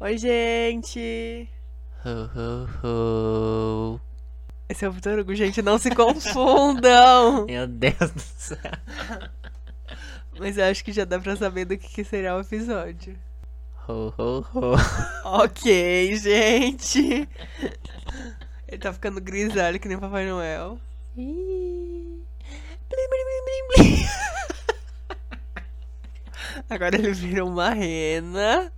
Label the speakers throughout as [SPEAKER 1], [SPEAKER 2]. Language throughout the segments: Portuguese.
[SPEAKER 1] Oi, gente!
[SPEAKER 2] Ho, ho, ho.
[SPEAKER 1] Esse é o Vitor Hugo, gente, não se confundam!
[SPEAKER 2] Meu Deus do céu.
[SPEAKER 1] Mas eu acho que já dá pra saber do que, que será o episódio.
[SPEAKER 2] Ho, ho, ho.
[SPEAKER 1] Ok, gente! Ele tá ficando grisalho que nem Papai Noel.
[SPEAKER 2] Ih.
[SPEAKER 1] Agora ele vira uma rena.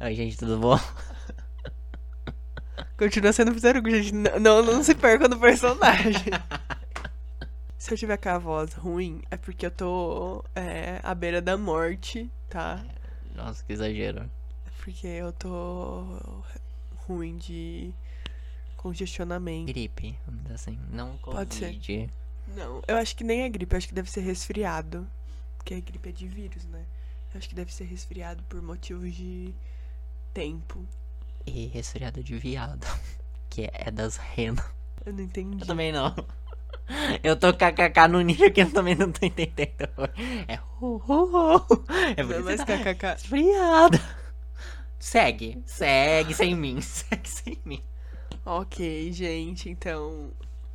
[SPEAKER 2] Oi, gente, tudo bom?
[SPEAKER 1] Continua sendo o Vitor Hugo, gente. N- Não, não se perca no personagem. Se eu tiver com a voz ruim, é porque eu tô é, à beira da morte, tá?
[SPEAKER 2] Nossa, que exagero.
[SPEAKER 1] Porque eu tô ruim de congestionamento.
[SPEAKER 2] Gripe, vamos dizer assim. Não Covid.
[SPEAKER 1] Pode ser. Não, eu acho que nem é gripe, eu acho que deve ser resfriado. Porque a gripe é de vírus, né? Eu acho que deve ser resfriado por motivos de tempo.
[SPEAKER 2] E resfriado de viado. Que é das renas.
[SPEAKER 1] Eu não entendi.
[SPEAKER 2] Eu também não. Eu tô kkk no nível que eu também não tô entendendo. É ho, ho, ho. É por
[SPEAKER 1] Não,
[SPEAKER 2] isso
[SPEAKER 1] mas
[SPEAKER 2] que tá
[SPEAKER 1] kkk.
[SPEAKER 2] resfriado. Segue, segue sem mim, segue sem mim.
[SPEAKER 1] Ok, gente, então.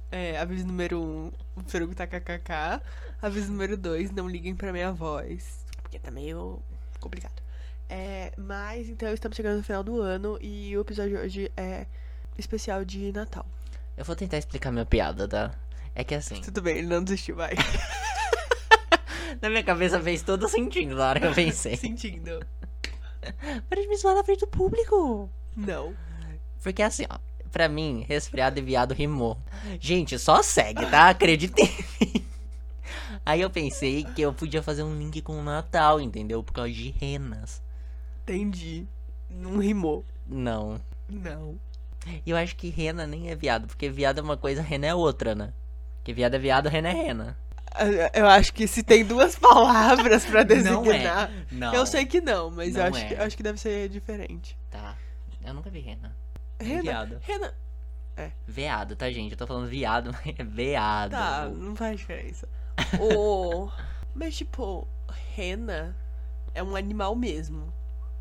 [SPEAKER 1] É, aviso número 1, um, o peruco tá kkk. Aviso número 2, não liguem pra minha voz. Porque tá meio complicado. É, mas então estamos chegando no final do ano e o episódio de hoje é especial de Natal.
[SPEAKER 2] Eu vou tentar explicar minha piada, tá? É que assim,
[SPEAKER 1] Tudo bem, ele não desistiu, vai.
[SPEAKER 2] na minha cabeça fez todo sentido na hora que eu pensei.
[SPEAKER 1] Sentindo.
[SPEAKER 2] Para de me zoar na frente do público.
[SPEAKER 1] Não.
[SPEAKER 2] Porque assim, ó, pra mim, resfriado e viado rimou. Gente, só segue, tá? Acreditem em mim. Aí eu pensei que eu podia fazer um link com o Natal, entendeu? Por causa de renas.
[SPEAKER 1] Entendi. Não rimou.
[SPEAKER 2] Não.
[SPEAKER 1] Não.
[SPEAKER 2] E eu acho que rena nem é viado, porque viado é uma coisa, rena é outra, né? Porque viado é viado, rena é rena.
[SPEAKER 1] Eu acho que se tem duas palavras pra
[SPEAKER 2] Não é.
[SPEAKER 1] designar.
[SPEAKER 2] Não.
[SPEAKER 1] Eu sei que não, mas eu
[SPEAKER 2] Não
[SPEAKER 1] acho,
[SPEAKER 2] é.
[SPEAKER 1] que, eu acho que deve ser diferente.
[SPEAKER 2] Tá. Eu nunca vi rena. É
[SPEAKER 1] Renan,
[SPEAKER 2] Viado.
[SPEAKER 1] Renan,
[SPEAKER 2] Veado, tá, gente? Eu tô falando viado, mas é veado.
[SPEAKER 1] Tá, não faz diferença. O... Mas, tipo, rena é um animal mesmo.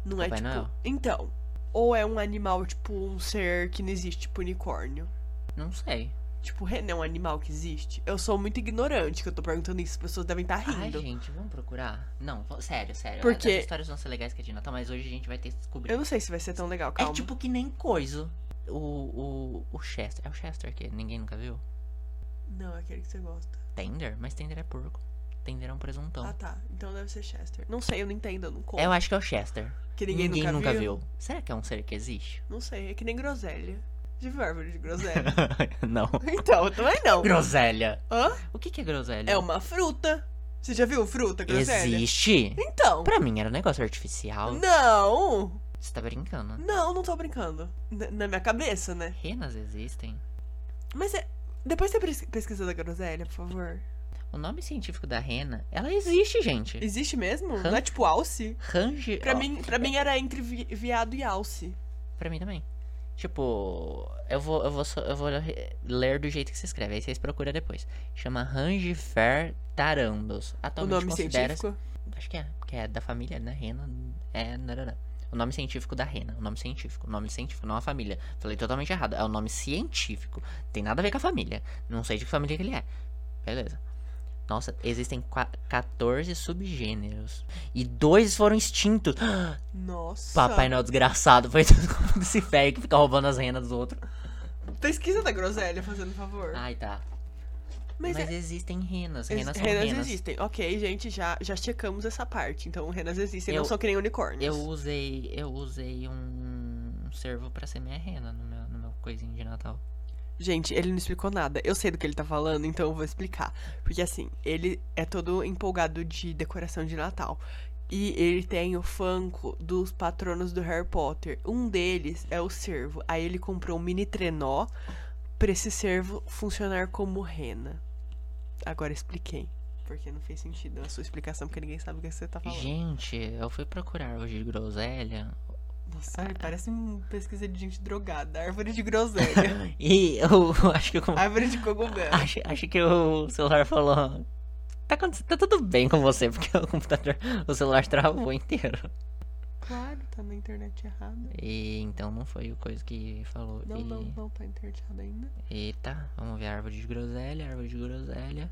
[SPEAKER 1] Não é
[SPEAKER 2] Papai
[SPEAKER 1] tipo.
[SPEAKER 2] Noel?
[SPEAKER 1] Então. Ou é um animal, tipo, um ser que não existe, tipo unicórnio.
[SPEAKER 2] Não sei.
[SPEAKER 1] Tipo, rena é um animal que existe? Eu sou muito ignorante que eu tô perguntando isso, as pessoas devem estar
[SPEAKER 2] Ai,
[SPEAKER 1] rindo.
[SPEAKER 2] gente, vamos procurar? Não, vo- sério, sério.
[SPEAKER 1] Por
[SPEAKER 2] As-
[SPEAKER 1] quê?
[SPEAKER 2] As histórias vão ser legais que é de Natal, mas hoje a gente vai ter que descobrir.
[SPEAKER 1] eu não sei se vai ser tão legal, calma.
[SPEAKER 2] É tipo que nem coisa. O, o, o Chester. É o Chester que ninguém nunca viu?
[SPEAKER 1] Não, é aquele que você gosta.
[SPEAKER 2] Tender? Mas Tender é porco. Tender é um presuntão.
[SPEAKER 1] Ah, tá. Então deve ser Chester. Não sei, eu não entendo, eu não conto.
[SPEAKER 2] eu acho que é o Chester.
[SPEAKER 1] Que ninguém, nunca, viu.
[SPEAKER 2] Será que é um ser que existe?
[SPEAKER 1] Não sei, é que nem groselha. Já viu árvore de groselha?
[SPEAKER 2] não.
[SPEAKER 1] então, eu também não.
[SPEAKER 2] Groselha.
[SPEAKER 1] Hã?
[SPEAKER 2] O que, que é groselha?
[SPEAKER 1] É uma fruta. Você já viu fruta, groselha?
[SPEAKER 2] Existe?
[SPEAKER 1] Então.
[SPEAKER 2] Pra mim era um negócio artificial.
[SPEAKER 1] Não!
[SPEAKER 2] Você tá brincando.
[SPEAKER 1] Não, não tô brincando. Na, na minha cabeça, né?
[SPEAKER 2] Renas existem?
[SPEAKER 1] Mas é. Depois você pres- pesquisa da groselha, por favor.
[SPEAKER 2] O nome científico da rena, ela existe, gente.
[SPEAKER 1] Existe mesmo?
[SPEAKER 2] Hã?
[SPEAKER 1] Não é tipo alce?
[SPEAKER 2] Range.
[SPEAKER 1] Pra,
[SPEAKER 2] ó,
[SPEAKER 1] mim, pra mim era entre vi- viado e alce.
[SPEAKER 2] Pra mim também. Tipo, eu vou, eu vou, só- eu vou re- ler do jeito que se escreve, aí vocês procuram depois. Chama Rangifer tarandos.
[SPEAKER 1] O
[SPEAKER 2] Atualmente
[SPEAKER 1] nome
[SPEAKER 2] considera
[SPEAKER 1] científico.
[SPEAKER 2] Acho que é, porque é da família, né? Rena. É. narará. O nome científico da rena. O nome científico. O nome científico, não a família. Falei totalmente errado. É o nome científico. Tem nada a ver com a família. Não sei de que família que ele é. Beleza. Nossa, existem qua- 14 subgêneros. E dois foram extintos.
[SPEAKER 1] Nossa.
[SPEAKER 2] Papai Noel desgraçado foi todo mundo esse velho que fica roubando as renas dos outros.
[SPEAKER 1] Pesquisa da groselha, fazendo favor.
[SPEAKER 2] Ai, tá. Mas,
[SPEAKER 1] Mas, é-
[SPEAKER 2] existem renas.
[SPEAKER 1] ex-
[SPEAKER 2] Renas são
[SPEAKER 1] renas,
[SPEAKER 2] renas.
[SPEAKER 1] existem. Ok, gente, já, já checamos essa parte. Então, renas existem, não
[SPEAKER 2] Eu-
[SPEAKER 1] são que nem unicórnios.
[SPEAKER 2] Eu usei, eu usei um, um servo pra ser minha rena no meu, no meu coisinho de Natal.
[SPEAKER 1] Gente, ele não explicou nada. Eu sei do que ele tá falando, então eu vou explicar. Porque assim, ele é todo empolgado de decoração de Natal. E ele tem o Funko dos patronos do Harry Potter. Um deles é o servo. Aí ele comprou um mini trenó pra esse servo funcionar como rena. Agora expliquei. Porque não fez sentido a sua explicação, porque ninguém sabe o que você tá falando.
[SPEAKER 2] Gente, eu fui procurar hoje de groselha
[SPEAKER 1] Nossa, ai, parece uma pesquisa de gente drogada. Árvore de groselha.
[SPEAKER 2] e eu acho que eu.
[SPEAKER 1] árvore de cogumelo.
[SPEAKER 2] Acho, acho que o celular falou. Tá, aconte- tá tudo bem com você, porque o computador. O celular travou inteiro.
[SPEAKER 1] Claro, tá na internet errada.
[SPEAKER 2] E então não foi o coisa que falou.
[SPEAKER 1] Não,
[SPEAKER 2] Tipo, e... É
[SPEAKER 1] não, não, tá na internet errada ainda.
[SPEAKER 2] Eita, vamos ver a árvore de groselha, árvore de groselha.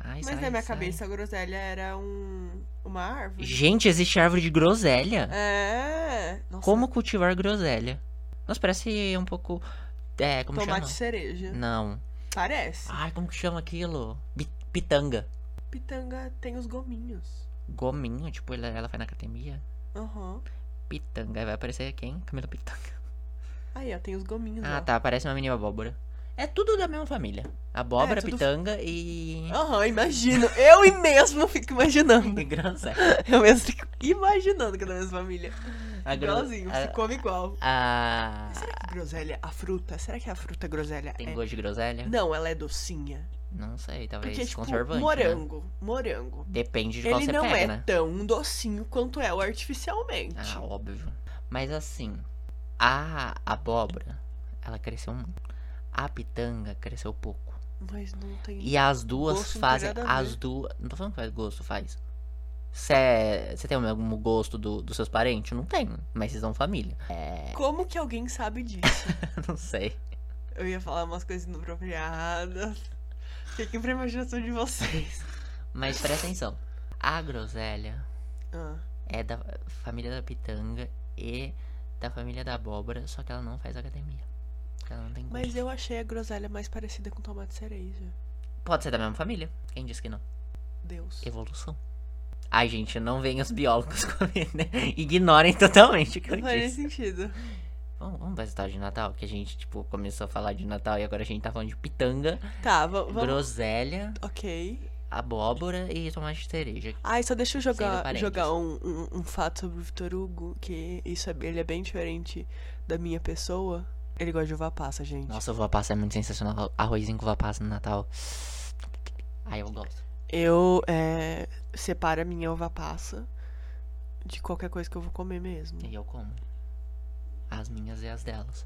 [SPEAKER 2] Ai, sai,
[SPEAKER 1] Mas na minha
[SPEAKER 2] sai.
[SPEAKER 1] cabeça a groselha era um. uma árvore.
[SPEAKER 2] Gente, existe árvore de groselha?
[SPEAKER 1] É. Nossa,
[SPEAKER 2] Como cultivar groselha? Nossa, parece um pouco. É, como
[SPEAKER 1] Tomate
[SPEAKER 2] chama? Hum.
[SPEAKER 1] cereja.
[SPEAKER 2] Não.
[SPEAKER 1] Parece.
[SPEAKER 2] Ai, como que chama aquilo? Bi- Pitanga.
[SPEAKER 1] Pitanga tem os gominhos.
[SPEAKER 2] Gominho, tipo, ela, ela vai na academia.
[SPEAKER 1] Aham.
[SPEAKER 2] Pitanga. Aí vai aparecer quem? Camila Pitanga.
[SPEAKER 1] Aí, ó, tem os gominhos.
[SPEAKER 2] Ah,
[SPEAKER 1] ó.
[SPEAKER 2] tá. Parece uma mini abóbora. É tudo da mesma família. Abóbora,
[SPEAKER 1] É, tudo-
[SPEAKER 2] pitanga e.
[SPEAKER 1] Aham, imagino. Eu e mesmo fico imaginando.
[SPEAKER 2] e groselha.
[SPEAKER 1] Eu mesmo fico imaginando que é da mesma família.
[SPEAKER 2] A gro-
[SPEAKER 1] Igualzinho,
[SPEAKER 2] a-
[SPEAKER 1] se come igual.
[SPEAKER 2] a-
[SPEAKER 1] Será que groselha, é a fruta, será que a fruta groselha
[SPEAKER 2] Tem
[SPEAKER 1] é...
[SPEAKER 2] gosto de groselha?
[SPEAKER 1] Não, ela é docinha.
[SPEAKER 2] Não sei, talvez
[SPEAKER 1] Porque, tipo,
[SPEAKER 2] conservante. né?
[SPEAKER 1] morango, morango.
[SPEAKER 2] Depende de qual
[SPEAKER 1] Ele
[SPEAKER 2] você
[SPEAKER 1] não
[SPEAKER 2] pega,
[SPEAKER 1] é
[SPEAKER 2] né?
[SPEAKER 1] tão docinho quanto é o artificialmente.
[SPEAKER 2] Ah, óbvio. Mas assim, a abóbora, ela cresceu muito. A pitanga cresceu pouco.
[SPEAKER 1] Mas não tem...
[SPEAKER 2] E as duas
[SPEAKER 1] Gosto não tem
[SPEAKER 2] fazem.
[SPEAKER 1] nada a
[SPEAKER 2] As
[SPEAKER 1] ver.
[SPEAKER 2] duas. Não tô falando que faz gosto, faz. Você tem algum gosto do- dos seus parentes? Não tem, mas vocês são família.
[SPEAKER 1] Como que alguém sabe disso?
[SPEAKER 2] Não sei.
[SPEAKER 1] Eu ia falar umas coisas inapropriadas. Fiquem pra imaginação de vocês.
[SPEAKER 2] Mas presta atenção. A groselha
[SPEAKER 1] Ah,
[SPEAKER 2] é da família da pitanga e da família da abóbora, só que ela não faz academia. Ela não tem gosto.
[SPEAKER 1] mas eu achei a groselha mais parecida com tomate cereja.
[SPEAKER 2] Pode ser da mesma família. Quem disse que não?
[SPEAKER 1] Deus.
[SPEAKER 2] Evolução. Ai, gente, não venham os biólogos comigo, né? Ignorem totalmente o que eu
[SPEAKER 1] Não faz nem
[SPEAKER 2] disse.
[SPEAKER 1] sentido.
[SPEAKER 2] Vamos, vamos pra história de Natal, que a gente, tipo, começou a falar de Natal e agora a gente tá falando de pitanga,
[SPEAKER 1] Tá, va- vamos.
[SPEAKER 2] groselha,
[SPEAKER 1] Ok.
[SPEAKER 2] abóbora e tomate de cereja.
[SPEAKER 1] Ai, só deixa eu jogar,
[SPEAKER 2] parênteses.
[SPEAKER 1] jogar um, um, um fato sobre o Vitor Hugo, que isso é, ele é bem diferente da minha pessoa. Ele gosta de uva passa, gente.
[SPEAKER 2] Nossa, uva passa é muito sensacional. Arrozinho com uva passa no Natal. Ai, eu gosto.
[SPEAKER 1] Eu é, separo a minha uva passa de qualquer coisa que eu vou comer mesmo.
[SPEAKER 2] E eu como. As minhas e as delas.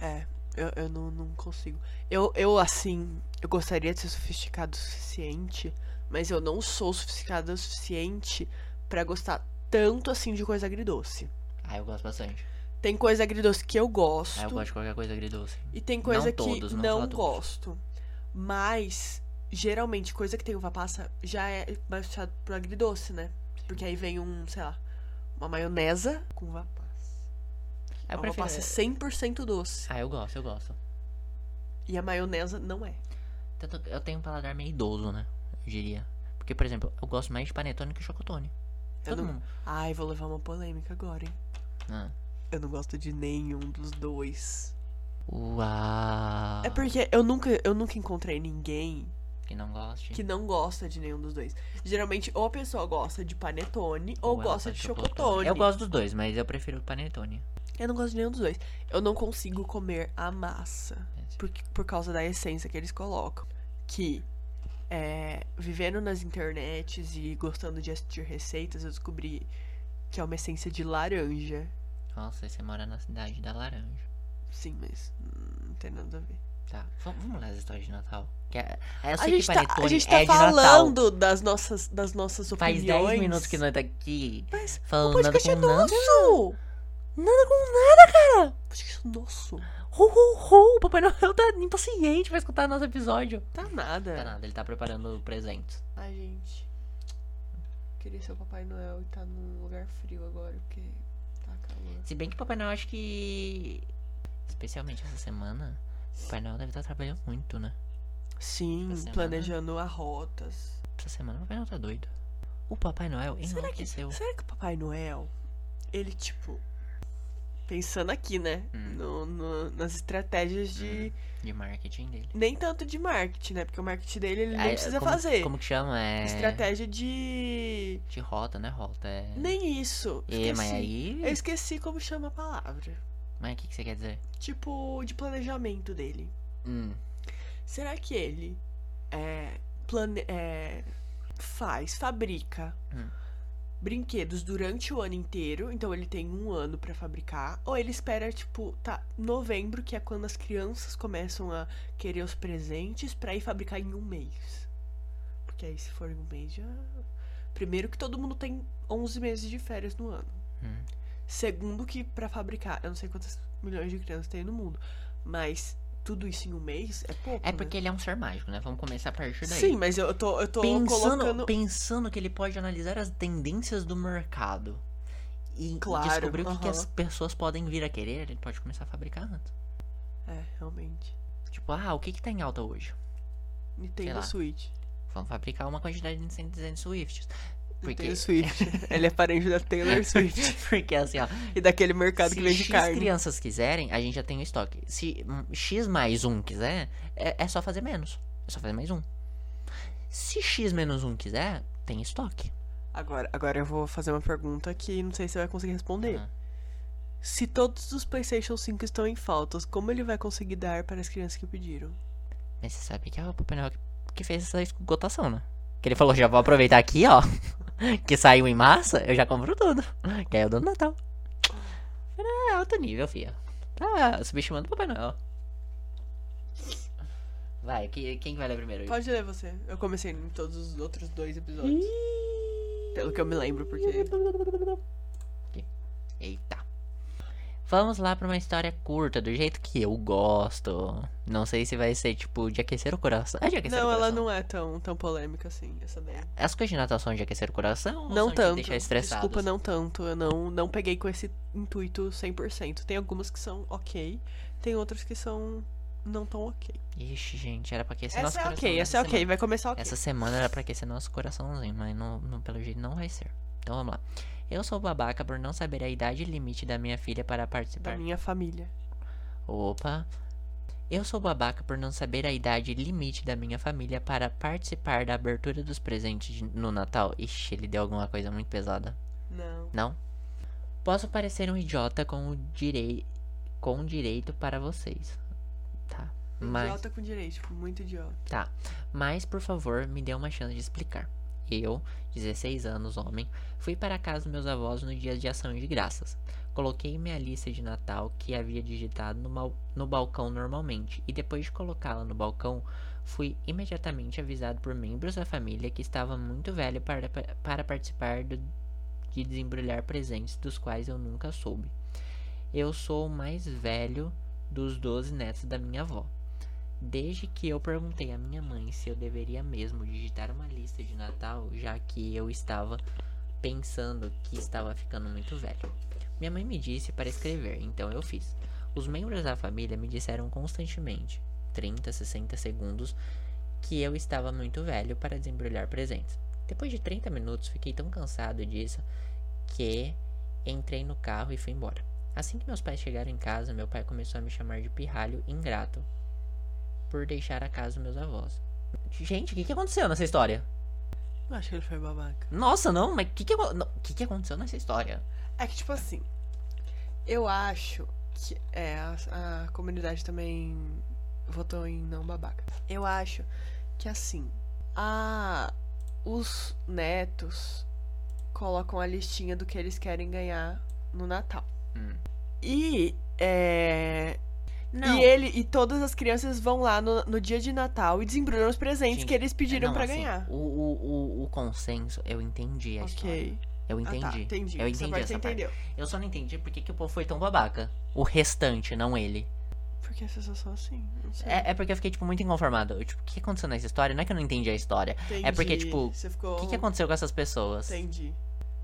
[SPEAKER 1] É, eu, eu não, não consigo. Eu, eu, assim, eu gostaria de ser sofisticado o suficiente, mas eu não sou sofisticado o suficiente pra gostar tanto assim de coisa agridoce.
[SPEAKER 2] Ai, eu gosto bastante.
[SPEAKER 1] Tem coisa agridoce que eu gosto.
[SPEAKER 2] Ai, eu gosto de qualquer coisa agridoce.
[SPEAKER 1] E tem coisa que
[SPEAKER 2] todos, não
[SPEAKER 1] não,
[SPEAKER 2] só todos.
[SPEAKER 1] gosto. Mas, geralmente, coisa que tem uva passa já é mais puxado pro agridoce, né? Porque aí vem um, sei lá, uma maionese com uva passa.
[SPEAKER 2] Ah,
[SPEAKER 1] A
[SPEAKER 2] Eu
[SPEAKER 1] uva
[SPEAKER 2] prefiro...
[SPEAKER 1] passa é 100% doce.
[SPEAKER 2] Ah, eu gosto, eu gosto.
[SPEAKER 1] E a maionese não é.
[SPEAKER 2] Tanto que eu tenho um paladar meio idoso, né? Eu diria. Porque, por exemplo, eu gosto mais de panetone que chocotone.
[SPEAKER 1] Eu
[SPEAKER 2] Todo
[SPEAKER 1] não...
[SPEAKER 2] mundo.
[SPEAKER 1] Ai, vou levar uma polêmica agora, hein?
[SPEAKER 2] Ah.
[SPEAKER 1] Eu não gosto de nenhum dos dois.
[SPEAKER 2] Uau.
[SPEAKER 1] É porque eu nunca, eu nunca encontrei ninguém
[SPEAKER 2] Que não goste.
[SPEAKER 1] que não gosta de nenhum dos dois. Geralmente, ou a pessoa gosta de panetone ou,
[SPEAKER 2] ela
[SPEAKER 1] gosta
[SPEAKER 2] faz
[SPEAKER 1] de chocotone.
[SPEAKER 2] Eu gosto dos dois, mas eu prefiro o panetone.
[SPEAKER 1] Eu não gosto de nenhum dos dois. Eu não consigo comer a massa.
[SPEAKER 2] Mas-
[SPEAKER 1] Por, por causa da essência que eles colocam. Que, é, vivendo nas internets e gostando de assistir receitas, eu descobri que é uma essência de laranja.
[SPEAKER 2] Nossa, você mora na cidade da laranja.
[SPEAKER 1] Sim, mas hum, não tem nada a ver.
[SPEAKER 2] Tá, v- vamos lá as histórias de Natal. Que é- eu
[SPEAKER 1] A
[SPEAKER 2] sei
[SPEAKER 1] gente,
[SPEAKER 2] que
[SPEAKER 1] tá, a
[SPEAKER 2] panetone
[SPEAKER 1] gente tá
[SPEAKER 2] é de Natal.
[SPEAKER 1] falando das nossas, das nossas
[SPEAKER 2] Faz
[SPEAKER 1] opiniões.
[SPEAKER 2] 10 minutos que nós tá aqui
[SPEAKER 1] Mas o
[SPEAKER 2] falando nada
[SPEAKER 1] podcast é
[SPEAKER 2] com nada.
[SPEAKER 1] nosso!
[SPEAKER 2] Nada com
[SPEAKER 1] O podcast é nosso.
[SPEAKER 2] Ho, ho, ho, o Papai Noel tá impaciente pra escutar nosso episódio.
[SPEAKER 1] Tá nada.
[SPEAKER 2] Tá nada, ele tá preparando presentes.
[SPEAKER 1] Ai, gente. Queria ser o Papai Noel e tá num lugar frio agora, porque tá calor.
[SPEAKER 2] Se bem que o Papai Noel, acho que. Especialmente essa semana, o Papai Noel deve estar trabalhando muito, né?
[SPEAKER 1] Sim,
[SPEAKER 2] Essa semana?
[SPEAKER 1] planejando a rotas.
[SPEAKER 2] Essa semana o Papai Noel tá doido. O Papai Noel
[SPEAKER 1] Será que,
[SPEAKER 2] enlouqueceu.
[SPEAKER 1] será que o Papai Noel, ele, tipo. Pensando aqui, né?
[SPEAKER 2] Hum.
[SPEAKER 1] No, no- nas estratégias de.
[SPEAKER 2] De marketing dele.
[SPEAKER 1] Nem tanto de marketing, né? Porque o marketing dele ele
[SPEAKER 2] Ah,
[SPEAKER 1] nem
[SPEAKER 2] é,
[SPEAKER 1] precisa
[SPEAKER 2] como-
[SPEAKER 1] fazer.
[SPEAKER 2] Como que chama? É.
[SPEAKER 1] Estratégia de.
[SPEAKER 2] De rota, né? Rota é.
[SPEAKER 1] Nem isso.
[SPEAKER 2] E,
[SPEAKER 1] Esqueci. É
[SPEAKER 2] mas aí.
[SPEAKER 1] Eu esqueci como chama a palavra.
[SPEAKER 2] Mas o que, que você quer dizer?
[SPEAKER 1] Tipo, de planejamento dele.
[SPEAKER 2] Hum.
[SPEAKER 1] Será que ele é, plane... é, faz, fabrica
[SPEAKER 2] Hum.
[SPEAKER 1] brinquedos durante o ano inteiro? Então ele tem um ano pra fabricar? Ou ele espera, tipo, tá, novembro, que é quando as crianças começam a querer os presentes, pra ir fabricar em um mês? Porque aí, se for em um mês, já. Primeiro que todo mundo tem 11 meses de férias no ano.
[SPEAKER 2] Hum.
[SPEAKER 1] Segundo que pra fabricar, eu não sei quantas milhões de crianças tem no mundo, mas tudo isso em um mês é pouco.
[SPEAKER 2] É
[SPEAKER 1] né?
[SPEAKER 2] porque ele é um ser mágico, né? Vamos começar a partir daí.
[SPEAKER 1] Sim, mas eu tô, eu tô
[SPEAKER 2] pensando,
[SPEAKER 1] colocando.
[SPEAKER 2] pensando que ele pode analisar as tendências do mercado e
[SPEAKER 1] Claro,
[SPEAKER 2] descobrir o que, que
[SPEAKER 1] aham.
[SPEAKER 2] as pessoas podem vir a querer, ele pode começar a fabricar antes.
[SPEAKER 1] É, realmente.
[SPEAKER 2] Tipo, ah, o que que tá em alta hoje?
[SPEAKER 1] Nintendo
[SPEAKER 2] lá.
[SPEAKER 1] Switch.
[SPEAKER 2] Vamos fabricar uma quantidade de 100 Swifts. Porque,
[SPEAKER 1] Nintendo Switch. Ele é parente da Taylor Swift
[SPEAKER 2] porque assim, ó,
[SPEAKER 1] e daquele mercado
[SPEAKER 2] se
[SPEAKER 1] que vende
[SPEAKER 2] X
[SPEAKER 1] carne.
[SPEAKER 2] crianças quiserem, a gente já tem o estoque. Se hum, X mais um quiser, é, é só fazer menos. É só fazer mais um. Se X menos um quiser, tem estoque.
[SPEAKER 1] Agora, agora eu vou fazer uma pergunta que não sei se você vai conseguir responder.
[SPEAKER 2] Ah.
[SPEAKER 1] Se todos os PlayStation 5 estão em faltas, como ele vai conseguir dar para as crianças que pediram?
[SPEAKER 2] Mas você sabe que é o Papai Noel que- que fez essa esgotação, né? Que ele falou, já vou aproveitar aqui, ó. Que saiu em massa, eu já compro tudo. Que aí é o dono do Natal. É alto nível, fia. Tá subestimando o Papai Noel. Vai, que- quem vai ler primeiro?
[SPEAKER 1] Pode ler você. Eu comecei em todos os outros dois episódios. Pelo que eu me lembro, porque.
[SPEAKER 2] Eita. Vamos lá pra uma história curta, do jeito que eu gosto. Não sei se vai ser, tipo, de aquecer o coração. É de aquecer o
[SPEAKER 1] Não,
[SPEAKER 2] coração.
[SPEAKER 1] ela não é tão, tão polêmica assim, essa daí.
[SPEAKER 2] As coisas de Natal são de aquecer o coração? ou
[SPEAKER 1] não
[SPEAKER 2] são de
[SPEAKER 1] tanto.
[SPEAKER 2] deixar estressado? assim.
[SPEAKER 1] Desculpa, não tanto. Eu não, não peguei com esse intuito 100%. Tem algumas que são ok, tem outras que são não tão ok.
[SPEAKER 2] Ixi, gente, era pra aquecer nosso
[SPEAKER 1] essa é
[SPEAKER 2] coração.
[SPEAKER 1] ok, essa é ok.
[SPEAKER 2] semana.
[SPEAKER 1] Vai começar ok.
[SPEAKER 2] Essa semana era pra aquecer nosso coraçãozinho, mas não, não- pelo jeito não vai ser. Então vamos lá. Eu sou babaca por não saber a idade limite da minha filha para
[SPEAKER 1] Da
[SPEAKER 2] participar.
[SPEAKER 1] minha família.
[SPEAKER 2] Opa. Eu sou babaca por não saber a idade limite da minha família para participar da abertura dos presentes de- no Natal. Ixi, ele deu alguma coisa muito pesada.
[SPEAKER 1] Não.
[SPEAKER 2] Não? Posso parecer um idiota com o direi... com direito para vocês. Tá. Mas,
[SPEAKER 1] Um Idiota com direito, tipo, muito idiota.
[SPEAKER 2] tá. Mas, por favor, me dê uma chance de explicar. Eu, 16 anos, homem, fui para a casa dos meus avós no dia de ação de graças. Coloquei minha lista de Natal que havia digitado no, mal- no balcão normalmente, e depois de colocá-la no balcão, fui imediatamente avisado por membros da família que estava muito velho para, para participar do, de desembrulhar presentes dos quais eu nunca soube. Eu sou o mais velho dos 12 netos da minha avó. Desde que eu perguntei à minha mãe se eu deveria mesmo digitar uma lista de Natal, já que eu estava pensando que estava ficando muito velho. Minha mãe me disse para escrever, então eu fiz. Os membros da família me disseram constantemente, 30, 60 segundos, que eu estava muito velho para desembrulhar presentes. Depois de 30 minutos, fiquei tão cansado disso que entrei no carro e fui embora. Assim que meus pais chegaram em casa, meu pai começou a me chamar de pirralho ingrato por deixar a casa dos meus avós. Gente, o que, que aconteceu nessa história?
[SPEAKER 1] Eu acho que ele foi babaca.
[SPEAKER 2] Nossa, não, mas o que que, acon- não, que que aconteceu nessa história?
[SPEAKER 1] É que, tipo assim, eu acho que é, a, a comunidade também votou em não babaca. Eu acho que, assim, a, os netos colocam a listinha do que eles querem ganhar no Natal.
[SPEAKER 2] Hum.
[SPEAKER 1] E, é,
[SPEAKER 2] Não.
[SPEAKER 1] e ele e todas as crianças vão lá no, no dia de Natal e desembrulham os presentes
[SPEAKER 2] Gente,
[SPEAKER 1] que eles pediram
[SPEAKER 2] Não,
[SPEAKER 1] pra
[SPEAKER 2] assim,
[SPEAKER 1] ganhar.
[SPEAKER 2] O, o, o, o consenso, eu entendi a história.
[SPEAKER 1] Ok.
[SPEAKER 2] Eu
[SPEAKER 1] Ah,
[SPEAKER 2] entendi.
[SPEAKER 1] tá, entendi.
[SPEAKER 2] Eu
[SPEAKER 1] essa
[SPEAKER 2] entendi
[SPEAKER 1] parte você
[SPEAKER 2] essa parte.
[SPEAKER 1] entendeu.
[SPEAKER 2] Eu só não entendi por que, que o povo foi tão babaca. O restante, não ele.
[SPEAKER 1] Porque as pessoas são assim, não sei.
[SPEAKER 2] É, é porque eu fiquei, tipo, muito inconformado. Eu, tipo, o que aconteceu nessa história? Não é que eu não entendi a história. É porque,
[SPEAKER 1] Entendi.
[SPEAKER 2] tipo,
[SPEAKER 1] Você ficou.
[SPEAKER 2] O que, que aconteceu com essas pessoas?
[SPEAKER 1] Entendi.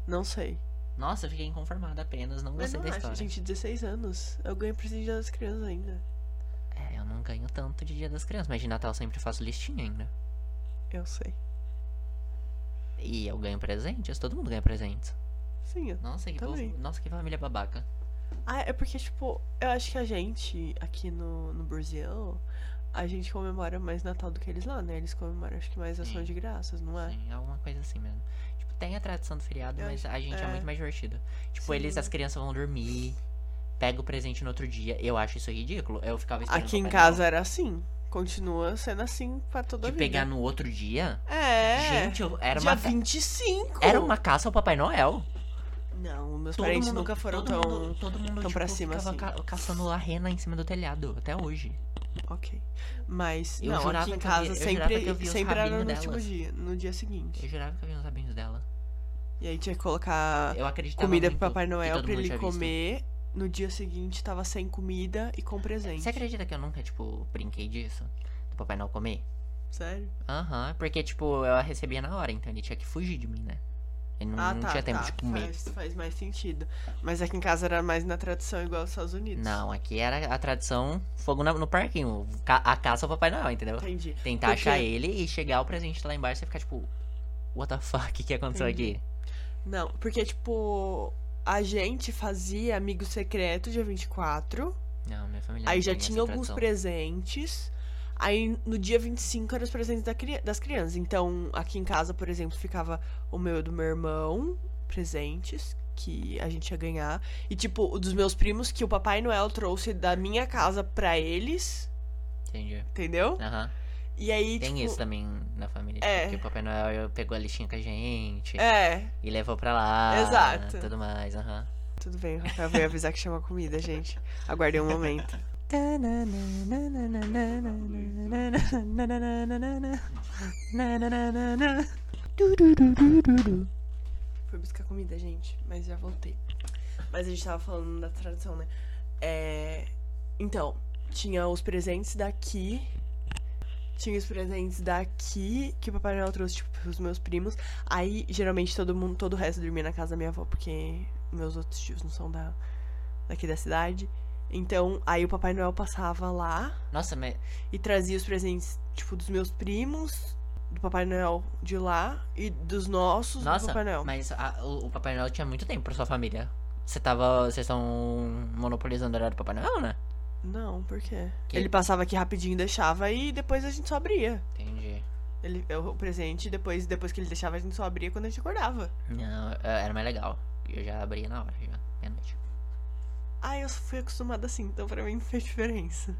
[SPEAKER 1] Não sei.
[SPEAKER 2] Nossa, eu fiquei inconformado apenas, não
[SPEAKER 1] Mas
[SPEAKER 2] gostei
[SPEAKER 1] não
[SPEAKER 2] da
[SPEAKER 1] acho,
[SPEAKER 2] história.
[SPEAKER 1] gente, 16 anos. Eu ganho presente das crianças ainda.
[SPEAKER 2] É, eu não ganho tanto de Dia das Crianças, mas de Natal eu sempre faço listinha ainda.
[SPEAKER 1] Eu sei.
[SPEAKER 2] E eu ganho presentes, todo mundo ganha presentes.
[SPEAKER 1] Sim. eu-
[SPEAKER 2] Nossa, que, povo-
[SPEAKER 1] Também.
[SPEAKER 2] nossa, que família babaca.
[SPEAKER 1] Ah, é porque, tipo, eu acho que a gente, aqui no, no Brasil, a gente comemora mais Natal do que eles lá, né? Eles comemoram, acho que mais ação
[SPEAKER 2] Sim.
[SPEAKER 1] de graças, não é?
[SPEAKER 2] Sim, alguma coisa assim mesmo. Tipo, tem a tradição do feriado,
[SPEAKER 1] Eu
[SPEAKER 2] mas a gente é,
[SPEAKER 1] é.
[SPEAKER 2] muito mais divertido. Tipo,
[SPEAKER 1] Sim.
[SPEAKER 2] eles, as crianças vão dormir, pega o presente no outro dia. Eu acho isso ridículo. Eu ficava esperando
[SPEAKER 1] Aqui
[SPEAKER 2] o
[SPEAKER 1] em
[SPEAKER 2] Papai Noel
[SPEAKER 1] casa era assim. Continua sendo assim pra toda
[SPEAKER 2] de
[SPEAKER 1] vida.
[SPEAKER 2] pegar no outro dia.
[SPEAKER 1] É.
[SPEAKER 2] Gente, eu- era
[SPEAKER 1] dia
[SPEAKER 2] uma, ca-
[SPEAKER 1] 25.
[SPEAKER 2] era uma caça ao Papai Noel.
[SPEAKER 1] Não, meus
[SPEAKER 2] Todo
[SPEAKER 1] parentes
[SPEAKER 2] mundo-
[SPEAKER 1] nunca foram tão.
[SPEAKER 2] todo mundo, todo mundo
[SPEAKER 1] tão
[SPEAKER 2] tipo,
[SPEAKER 1] pra cima,
[SPEAKER 2] ficava
[SPEAKER 1] assim.
[SPEAKER 2] ca- caçando a rena em cima do telhado, até hoje.
[SPEAKER 1] Ok. Mas,
[SPEAKER 2] Eu
[SPEAKER 1] não,
[SPEAKER 2] jurava
[SPEAKER 1] aqui em
[SPEAKER 2] que eu vi-
[SPEAKER 1] casa
[SPEAKER 2] eu jurava
[SPEAKER 1] sempre,
[SPEAKER 2] que eu vi os
[SPEAKER 1] sempre era no
[SPEAKER 2] rabinhos
[SPEAKER 1] último
[SPEAKER 2] delas.
[SPEAKER 1] dia, no dia seguinte.
[SPEAKER 2] Eu jurava que eu vi uns rabinhos dela.
[SPEAKER 1] E aí tinha que colocar
[SPEAKER 2] Eu acreditava
[SPEAKER 1] Ah, comida pro
[SPEAKER 2] muito
[SPEAKER 1] Papai
[SPEAKER 2] que
[SPEAKER 1] Noel
[SPEAKER 2] todo
[SPEAKER 1] pra
[SPEAKER 2] mundo
[SPEAKER 1] ele
[SPEAKER 2] tinha visto.
[SPEAKER 1] comer. No dia seguinte tava sem comida e com presente.
[SPEAKER 2] Você acredita que eu nunca, tipo, brinquei disso? Do Papai Noel comer?
[SPEAKER 1] Sério?
[SPEAKER 2] Aham, porque, tipo, eu a recebia na hora, então ele tinha que fugir de mim, né? Ele não,
[SPEAKER 1] ah,
[SPEAKER 2] não
[SPEAKER 1] tá.
[SPEAKER 2] tinha tempo
[SPEAKER 1] tá.
[SPEAKER 2] de comer.
[SPEAKER 1] Faz, faz mais sentido. Mas aqui em casa era mais na tradição igual aos Estados Unidos.
[SPEAKER 2] Não, aqui era a tradição fogo na- no parquinho. ca- A caça ao Papai Noel, entendeu?
[SPEAKER 1] Entendi.
[SPEAKER 2] Tentar
[SPEAKER 1] Porque-
[SPEAKER 2] achar ele e chegar o presente lá embaixo e ficar tipo, what the fuck, o que, que aconteceu
[SPEAKER 1] Entendi.
[SPEAKER 2] aqui?
[SPEAKER 1] Não, porque, tipo, a gente fazia amigo secreto dia 24.
[SPEAKER 2] Não, minha família
[SPEAKER 1] aí
[SPEAKER 2] não
[SPEAKER 1] já
[SPEAKER 2] tem
[SPEAKER 1] tinha
[SPEAKER 2] É, essa
[SPEAKER 1] alguns
[SPEAKER 2] tradição.
[SPEAKER 1] presentes. Aí no dia 25 eram os presentes da cri- das crianças. Então, aqui em casa, por exemplo, ficava o meu e do meu irmão, presentes, que a gente ia ganhar. E, tipo, o dos meus primos que o Papai Noel trouxe da minha casa pra eles,
[SPEAKER 2] Entendi.
[SPEAKER 1] entendeu?
[SPEAKER 2] Aham.
[SPEAKER 1] E aí,
[SPEAKER 2] É, Tem
[SPEAKER 1] tipo.
[SPEAKER 2] isso também na família.
[SPEAKER 1] é.
[SPEAKER 2] Porque o Papai Noel pegou a listinha com a gente
[SPEAKER 1] É,
[SPEAKER 2] e levou pra lá.
[SPEAKER 1] Exato.
[SPEAKER 2] Tudo mais, aham.
[SPEAKER 1] tudo bem, o Rafael veio avisar que chama comida, gente. Aguardei um momento. Fui buscar comida, gente, mas já voltei. Mas a gente tava falando da tradição, né? É... Então, tinha os presentes daqui. Tinha os presentes daqui que o Papai Noel trouxe, tipo, pros meus primos. Aí, geralmente, todo mundo, todo o resto dormia na casa da minha avó, porque meus outros tios não são da, daqui da cidade. Então, aí o Papai Noel passava lá
[SPEAKER 2] Nossa, mas
[SPEAKER 1] e trazia os presentes, tipo, dos meus primos, do Papai Noel de lá e dos nossos do
[SPEAKER 2] Nossa,
[SPEAKER 1] Papai Noel.
[SPEAKER 2] mas a- o, o Papai Noel tinha muito tempo pra sua família. Você tava. Vocês estão monopolizando o horário do Papai Noel, né?
[SPEAKER 1] Não, por quê?
[SPEAKER 2] Que-
[SPEAKER 1] Ele passava aqui rapidinho, deixava e depois a gente só abria.
[SPEAKER 2] Entendi.
[SPEAKER 1] Ele, é o presente, depois, depois que ele deixava, a gente só abria quando a gente acordava.
[SPEAKER 2] Não, é- era mais legal. Eu já abria na hora, já. Meia-noite.
[SPEAKER 1] Ah, eu fui acostumada assim, então pra mim não fez diferença.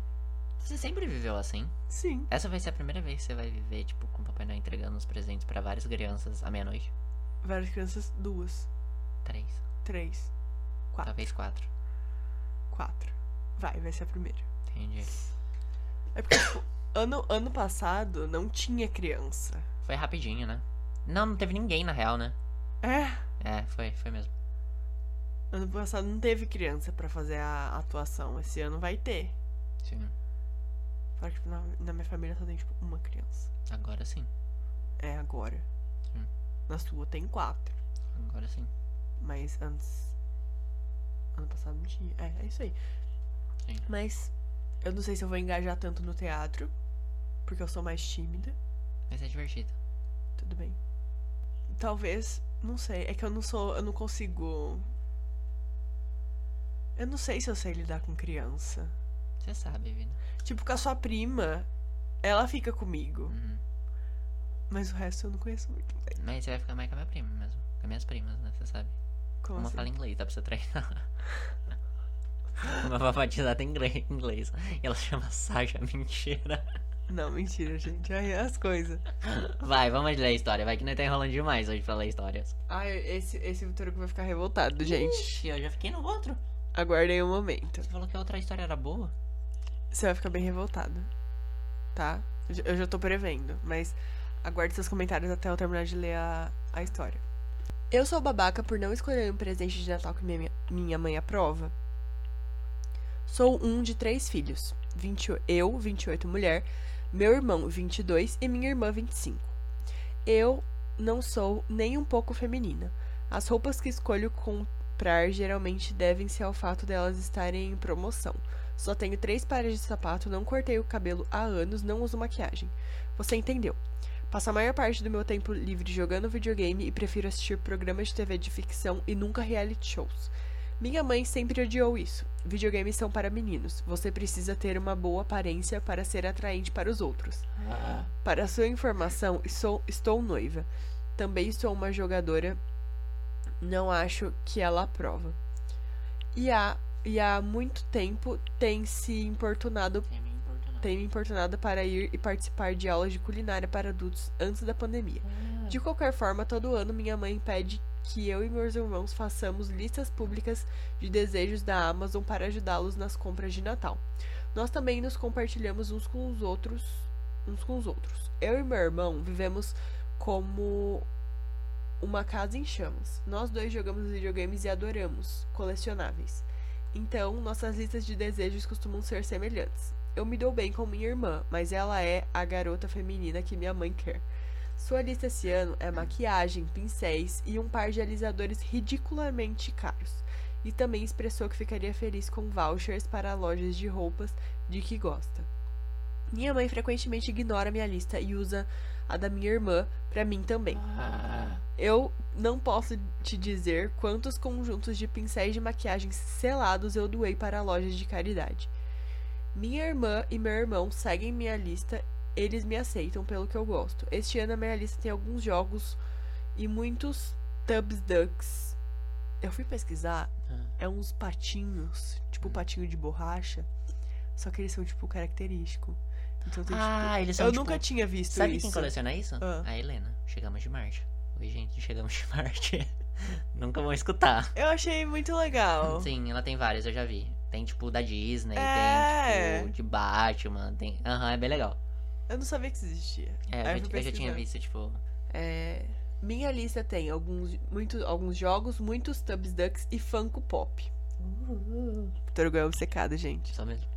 [SPEAKER 2] Você sempre viveu assim?
[SPEAKER 1] Sim.
[SPEAKER 2] Essa vai ser a primeira vez que você vai viver, tipo, com o Papai Noel entregando os presentes pra várias crianças à meia-noite?
[SPEAKER 1] Várias crianças, duas,
[SPEAKER 2] Três.
[SPEAKER 1] três, quatro,
[SPEAKER 2] Talvez quatro.
[SPEAKER 1] quatro. Vai, vai ser a primeira.
[SPEAKER 2] Entendi.
[SPEAKER 1] É porque, tipo, ano, ano passado não tinha criança.
[SPEAKER 2] Foi rapidinho, né? Não, não teve ninguém na real, né?
[SPEAKER 1] É,
[SPEAKER 2] É, foi, foi mesmo.
[SPEAKER 1] ano passado não teve criança pra fazer a atuação. Esse ano vai ter.
[SPEAKER 2] Sim.
[SPEAKER 1] Fora que tipo, na, na minha família só tem, tipo, uma criança.
[SPEAKER 2] Agora sim.
[SPEAKER 1] É agora.
[SPEAKER 2] Sim.
[SPEAKER 1] Na sua tem quatro.
[SPEAKER 2] Agora sim.
[SPEAKER 1] Mas antes. Ano passado não tinha. É, é isso aí.
[SPEAKER 2] Sim.
[SPEAKER 1] Mas eu não sei se eu vou engajar tanto no teatro. Porque eu sou mais tímida.
[SPEAKER 2] Mas é divertido.
[SPEAKER 1] Tudo bem. Talvez. Não sei. É que eu não sou. Eu não consigo. Eu não sei se eu sei lidar com criança.
[SPEAKER 2] Você sabe, vida.
[SPEAKER 1] Tipo, com a sua prima. Ela fica comigo.
[SPEAKER 2] Uhum.
[SPEAKER 1] Mas o resto eu não conheço muito bem.
[SPEAKER 2] Mas você vai ficar mais com a minha prima mesmo. Com as minhas primas, né? Você sabe.
[SPEAKER 1] Como
[SPEAKER 2] Uma
[SPEAKER 1] assim?
[SPEAKER 2] fala inglês, dá pra você treinar. Uma alfabetizada em ingle- inglês. E ela chama Sasha, mentira.
[SPEAKER 1] Não, mentira, gente. Aí é as coisas.
[SPEAKER 2] Vai, vamos ler a história. Vai que não tá enrolando demais hoje pra ler histórias.
[SPEAKER 1] Ai, esse, esse Vitor que vai ficar revoltado, gente.
[SPEAKER 2] Ixi, eu já fiquei no outro.
[SPEAKER 1] Aguardem um momento.
[SPEAKER 2] Você falou que a outra história era boa?
[SPEAKER 1] Você vai ficar bem revoltado. Tá? Eu já- Eu já tô prevendo, mas aguarde seus comentários até eu terminar de ler a, a história. Eu sou babaca por não escolher um presente de Natal que minha, minha mãe aprova. Sou um de três filhos. 20, eu, 28 mulher, meu irmão, 22 e minha irmã, 25. Eu não sou nem um pouco feminina. As roupas que escolho comprar geralmente devem ser ao fato delas estarem em promoção. Só tenho três pares de sapato, não cortei o cabelo há anos, não uso maquiagem. Você entendeu? Passo a maior parte do meu tempo livre jogando videogame e prefiro assistir programas de TV de ficção e nunca reality shows. Minha mãe sempre odiou isso. Videogames são para meninos. Você precisa ter uma boa aparência para ser atraente para os outros.
[SPEAKER 2] Ah,
[SPEAKER 1] Para sua informação, sou- estou noiva. Também sou uma jogadora. Não acho que ela aprova. E há, e há muito tempo tem se importunado
[SPEAKER 2] Tem me importa não.
[SPEAKER 1] tem me importunado para ir e participar de aulas de culinária para adultos antes da pandemia. De qualquer forma, todo ano minha mãe pede que eu e meus irmãos façamos listas públicas de desejos da Amazon para ajudá-los nas compras de Natal. Nós também nos compartilhamos uns com os outros, uns com os outros. Eu e meu irmão vivemos como Uma Casa em Chamas. Nós dois jogamos videogames e adoramos colecionáveis. Então, nossas listas de desejos costumam ser semelhantes. Eu me dou bem com minha irmã, mas ela é a garota feminina que minha mãe quer. Sua lista esse ano é maquiagem, pincéis e um par de alisadores ridiculamente caros. E também expressou que ficaria feliz com vouchers para lojas de roupas de que gosta. Minha mãe frequentemente ignora minha lista e usa a da minha irmã para mim também.
[SPEAKER 2] Ah,
[SPEAKER 1] Eu não posso te dizer quantos conjuntos de pincéis de maquiagem selados eu doei para lojas de caridade. Minha irmã e meu irmão seguem minha lista, eles me aceitam pelo que eu gosto. Este ano a minha lista tem alguns jogos e muitos Tubbs Ducks. Eu fui pesquisar,
[SPEAKER 2] Ah. Hum.
[SPEAKER 1] é uns patinhos, tipo patinho de borracha, só que eles são tipo característico. Então tem tipo.
[SPEAKER 2] Ah, eles são
[SPEAKER 1] eu
[SPEAKER 2] tipo-
[SPEAKER 1] nunca tinha visto
[SPEAKER 2] Sabe
[SPEAKER 1] isso.
[SPEAKER 2] quem coleciona isso?
[SPEAKER 1] Ah.
[SPEAKER 2] A Helena. Chegamos de Marte. Oi, gente, chegamos de Marte. Nunca vão escutar.
[SPEAKER 1] Eu achei muito legal.
[SPEAKER 2] Sim, ela tem várias, eu já vi. Tem tipo da Disney,
[SPEAKER 1] É.
[SPEAKER 2] tem tipo de Batman, tem. Aham, é bem legal.
[SPEAKER 1] Eu não sabia que isso existia.
[SPEAKER 2] É,
[SPEAKER 1] Aí
[SPEAKER 2] eu,
[SPEAKER 1] eu
[SPEAKER 2] já,
[SPEAKER 1] fui
[SPEAKER 2] eu já tinha
[SPEAKER 1] pesquisar.
[SPEAKER 2] visto, tipo.
[SPEAKER 1] É, minha lista tem alguns, muito, alguns jogos, muitos Tubbs Ducks e Funko Pop. Torgo é obcecado, gente.
[SPEAKER 2] Só mesmo.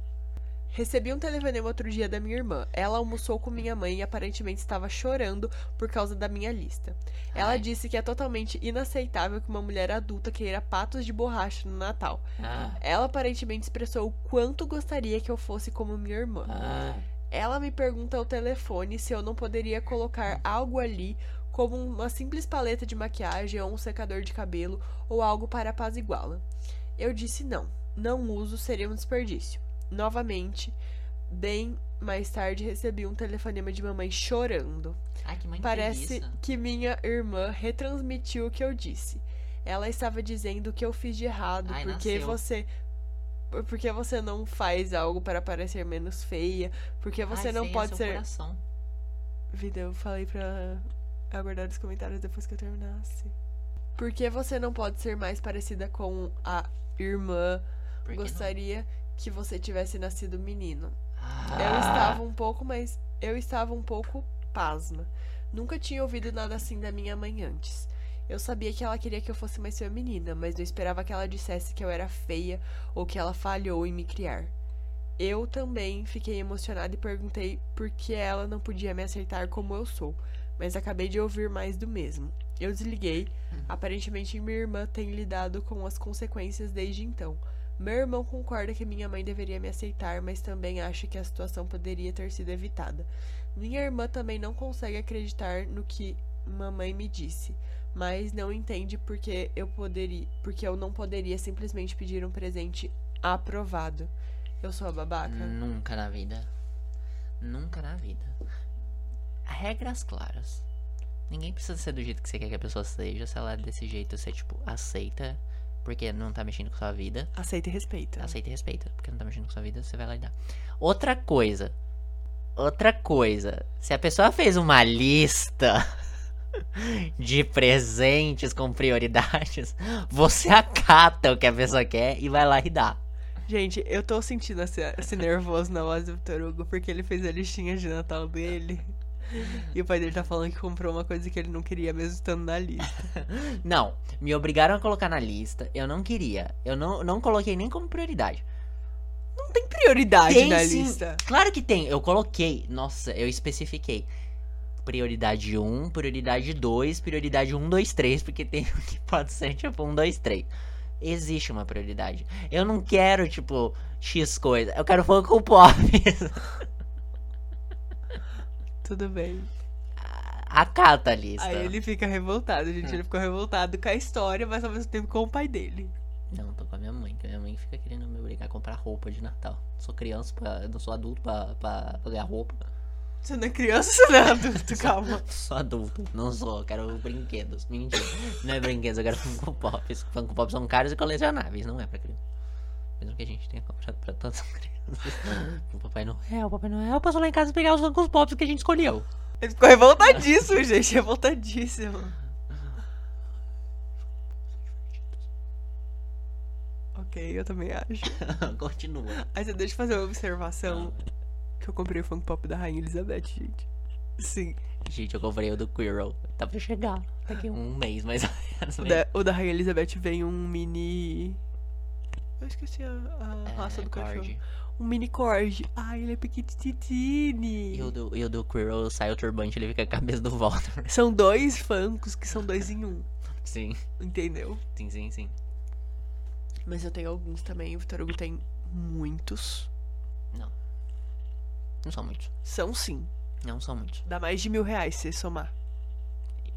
[SPEAKER 1] Recebi um telefonema outro dia da minha irmã. Ela almoçou com minha mãe e aparentemente estava chorando por causa da minha lista. Ela
[SPEAKER 2] Ai.
[SPEAKER 1] disse que é totalmente inaceitável que uma mulher adulta queira patos de borracha no Natal.
[SPEAKER 2] Ah,
[SPEAKER 1] Ela aparentemente expressou o quanto gostaria que eu fosse como minha irmã.
[SPEAKER 2] ah.
[SPEAKER 1] Ela me pergunta ao telefone se eu não poderia colocar algo ali, como uma simples paleta de maquiagem ou um secador de cabelo ou algo para apaziguá-la. Eu disse não, não uso, seria um desperdício. Novamente, bem mais tarde recebi um telefonema de mamãe chorando.
[SPEAKER 2] Ai, que mãe
[SPEAKER 1] Parece
[SPEAKER 2] preguiça.
[SPEAKER 1] que minha irmã retransmitiu o que eu disse. Ela estava dizendo o que eu fiz de errado,
[SPEAKER 2] Ai,
[SPEAKER 1] porque
[SPEAKER 2] nasceu.
[SPEAKER 1] você por- porque você não faz algo para parecer menos feia, porque você
[SPEAKER 2] Ai,
[SPEAKER 1] não
[SPEAKER 2] sei, é
[SPEAKER 1] pode
[SPEAKER 2] seu
[SPEAKER 1] ser.
[SPEAKER 2] coração.
[SPEAKER 1] Vida, eu falei pra aguardar os comentários depois que eu terminasse. Porque você não pode ser mais parecida com a irmã.
[SPEAKER 2] Por que não?
[SPEAKER 1] Gostaria que você tivesse nascido menino.
[SPEAKER 2] Ah.
[SPEAKER 1] Eu estava um pouco mais. Eu estava um pouco pasma. Nunca tinha ouvido nada assim da minha mãe antes. Eu sabia que ela queria que eu fosse mais feminina, mas não esperava que ela dissesse que eu era feia ou que ela falhou em me criar. Eu também fiquei emocionada e perguntei por que ela não podia me aceitar como eu sou, mas acabei de ouvir mais do mesmo. Eu desliguei. Aparentemente, minha irmã tem lidado com as consequências desde então. Meu irmão concorda que minha mãe deveria me aceitar, mas também acha que a situação poderia ter sido evitada. Minha irmã também não consegue acreditar no que mamãe me disse, mas não entende porque eu poderia, porque eu não poderia simplesmente pedir um presente aprovado. Eu sou a babaca.
[SPEAKER 2] Nunca na vida. Nunca na vida. Regras claras. Ninguém precisa ser do jeito que você quer que a pessoa seja. Se ela é desse jeito, você, tipo, aceita. Porque não tá mexendo com sua vida.
[SPEAKER 1] Aceita e respeita.
[SPEAKER 2] Aceita e respeita. Porque não tá mexendo com sua vida, você vai lá e dá. Outra coisa. Outra coisa. Se a pessoa fez uma lista de presentes com prioridades, você acata o que a pessoa quer e vai lá e dá.
[SPEAKER 1] Gente, eu tô sentindo esse, esse nervoso na voz do Vitor Hugo porque ele fez a listinha de Natal dele. E o pai dele tá falando que comprou uma coisa que ele não queria mesmo estando na lista.
[SPEAKER 2] Não, me obrigaram a colocar na lista. Eu não queria. Eu não, não coloquei nem como prioridade.
[SPEAKER 1] Tem prioridade
[SPEAKER 2] Tem
[SPEAKER 1] na
[SPEAKER 2] sim.
[SPEAKER 1] lista.
[SPEAKER 2] Claro que tem, eu coloquei. Nossa, eu especifiquei. Prioridade 1, prioridade 2, prioridade 1, 2, 3, porque tem o que pode ser tipo 1, 2, 3. Existe uma prioridade. Eu não quero, tipo, X coisa. Eu quero Funko Pop.
[SPEAKER 1] Tudo bem.
[SPEAKER 2] Acata a lista.
[SPEAKER 1] Aí ele fica revoltado, gente. Ele ficou revoltado com a história, mas ao mesmo tempo com o pai dele.
[SPEAKER 2] Não, tô com a minha mãe, que a minha mãe fica querendo me obrigar a comprar roupa de Natal. Sou criança, pra, eu não sou adulto pra, pra, pra ganhar roupa.
[SPEAKER 1] Você não é criança, você não é adulto, calma.
[SPEAKER 2] Sou adulto, não sou, eu quero brinquedos. Mentira, não é brinquedos, eu quero Funko Pops. Funko Pops são caros e colecionáveis, não é pra criança. Mesmo que a gente tenha comprado pra todas as crianças. O Papai Noel, o Papai Noel passou lá em casa pegar os Funko Pops que a gente escolheu.
[SPEAKER 1] Ele ficou revoltadíssimo, gente. Revoltadíssimo. Ok, eu também acho.
[SPEAKER 2] Continua.
[SPEAKER 1] Aí você deixa eu fazer uma observação que eu comprei o funk pop da Rainha Elizabeth, gente. Sim.
[SPEAKER 2] Gente, eu comprei o do Quirrell. Tá pra chegar. Daqui a
[SPEAKER 1] Hum.
[SPEAKER 2] um mês, mais ou menos.
[SPEAKER 1] O
[SPEAKER 2] meio.
[SPEAKER 1] da, o da Rainha Elizabeth vem um mini. Eu esqueci a, a
[SPEAKER 2] É,
[SPEAKER 1] raça do
[SPEAKER 2] Cord.
[SPEAKER 1] cachorro. Um mini cord. Ai, ele é pequititini.
[SPEAKER 2] E o do, e o do Quirrell sai o turbante, ele fica com a cabeça do Voldemort.
[SPEAKER 1] São dois fancos que são dois em um,
[SPEAKER 2] Sim,
[SPEAKER 1] entendeu?
[SPEAKER 2] sim, sim, sim.
[SPEAKER 1] Mas eu tenho alguns também. O Vitor Hugo tem muitos.
[SPEAKER 2] Não são muitos.
[SPEAKER 1] São sim.
[SPEAKER 2] Não são muitos.
[SPEAKER 1] Dá mais de mil reais se somar.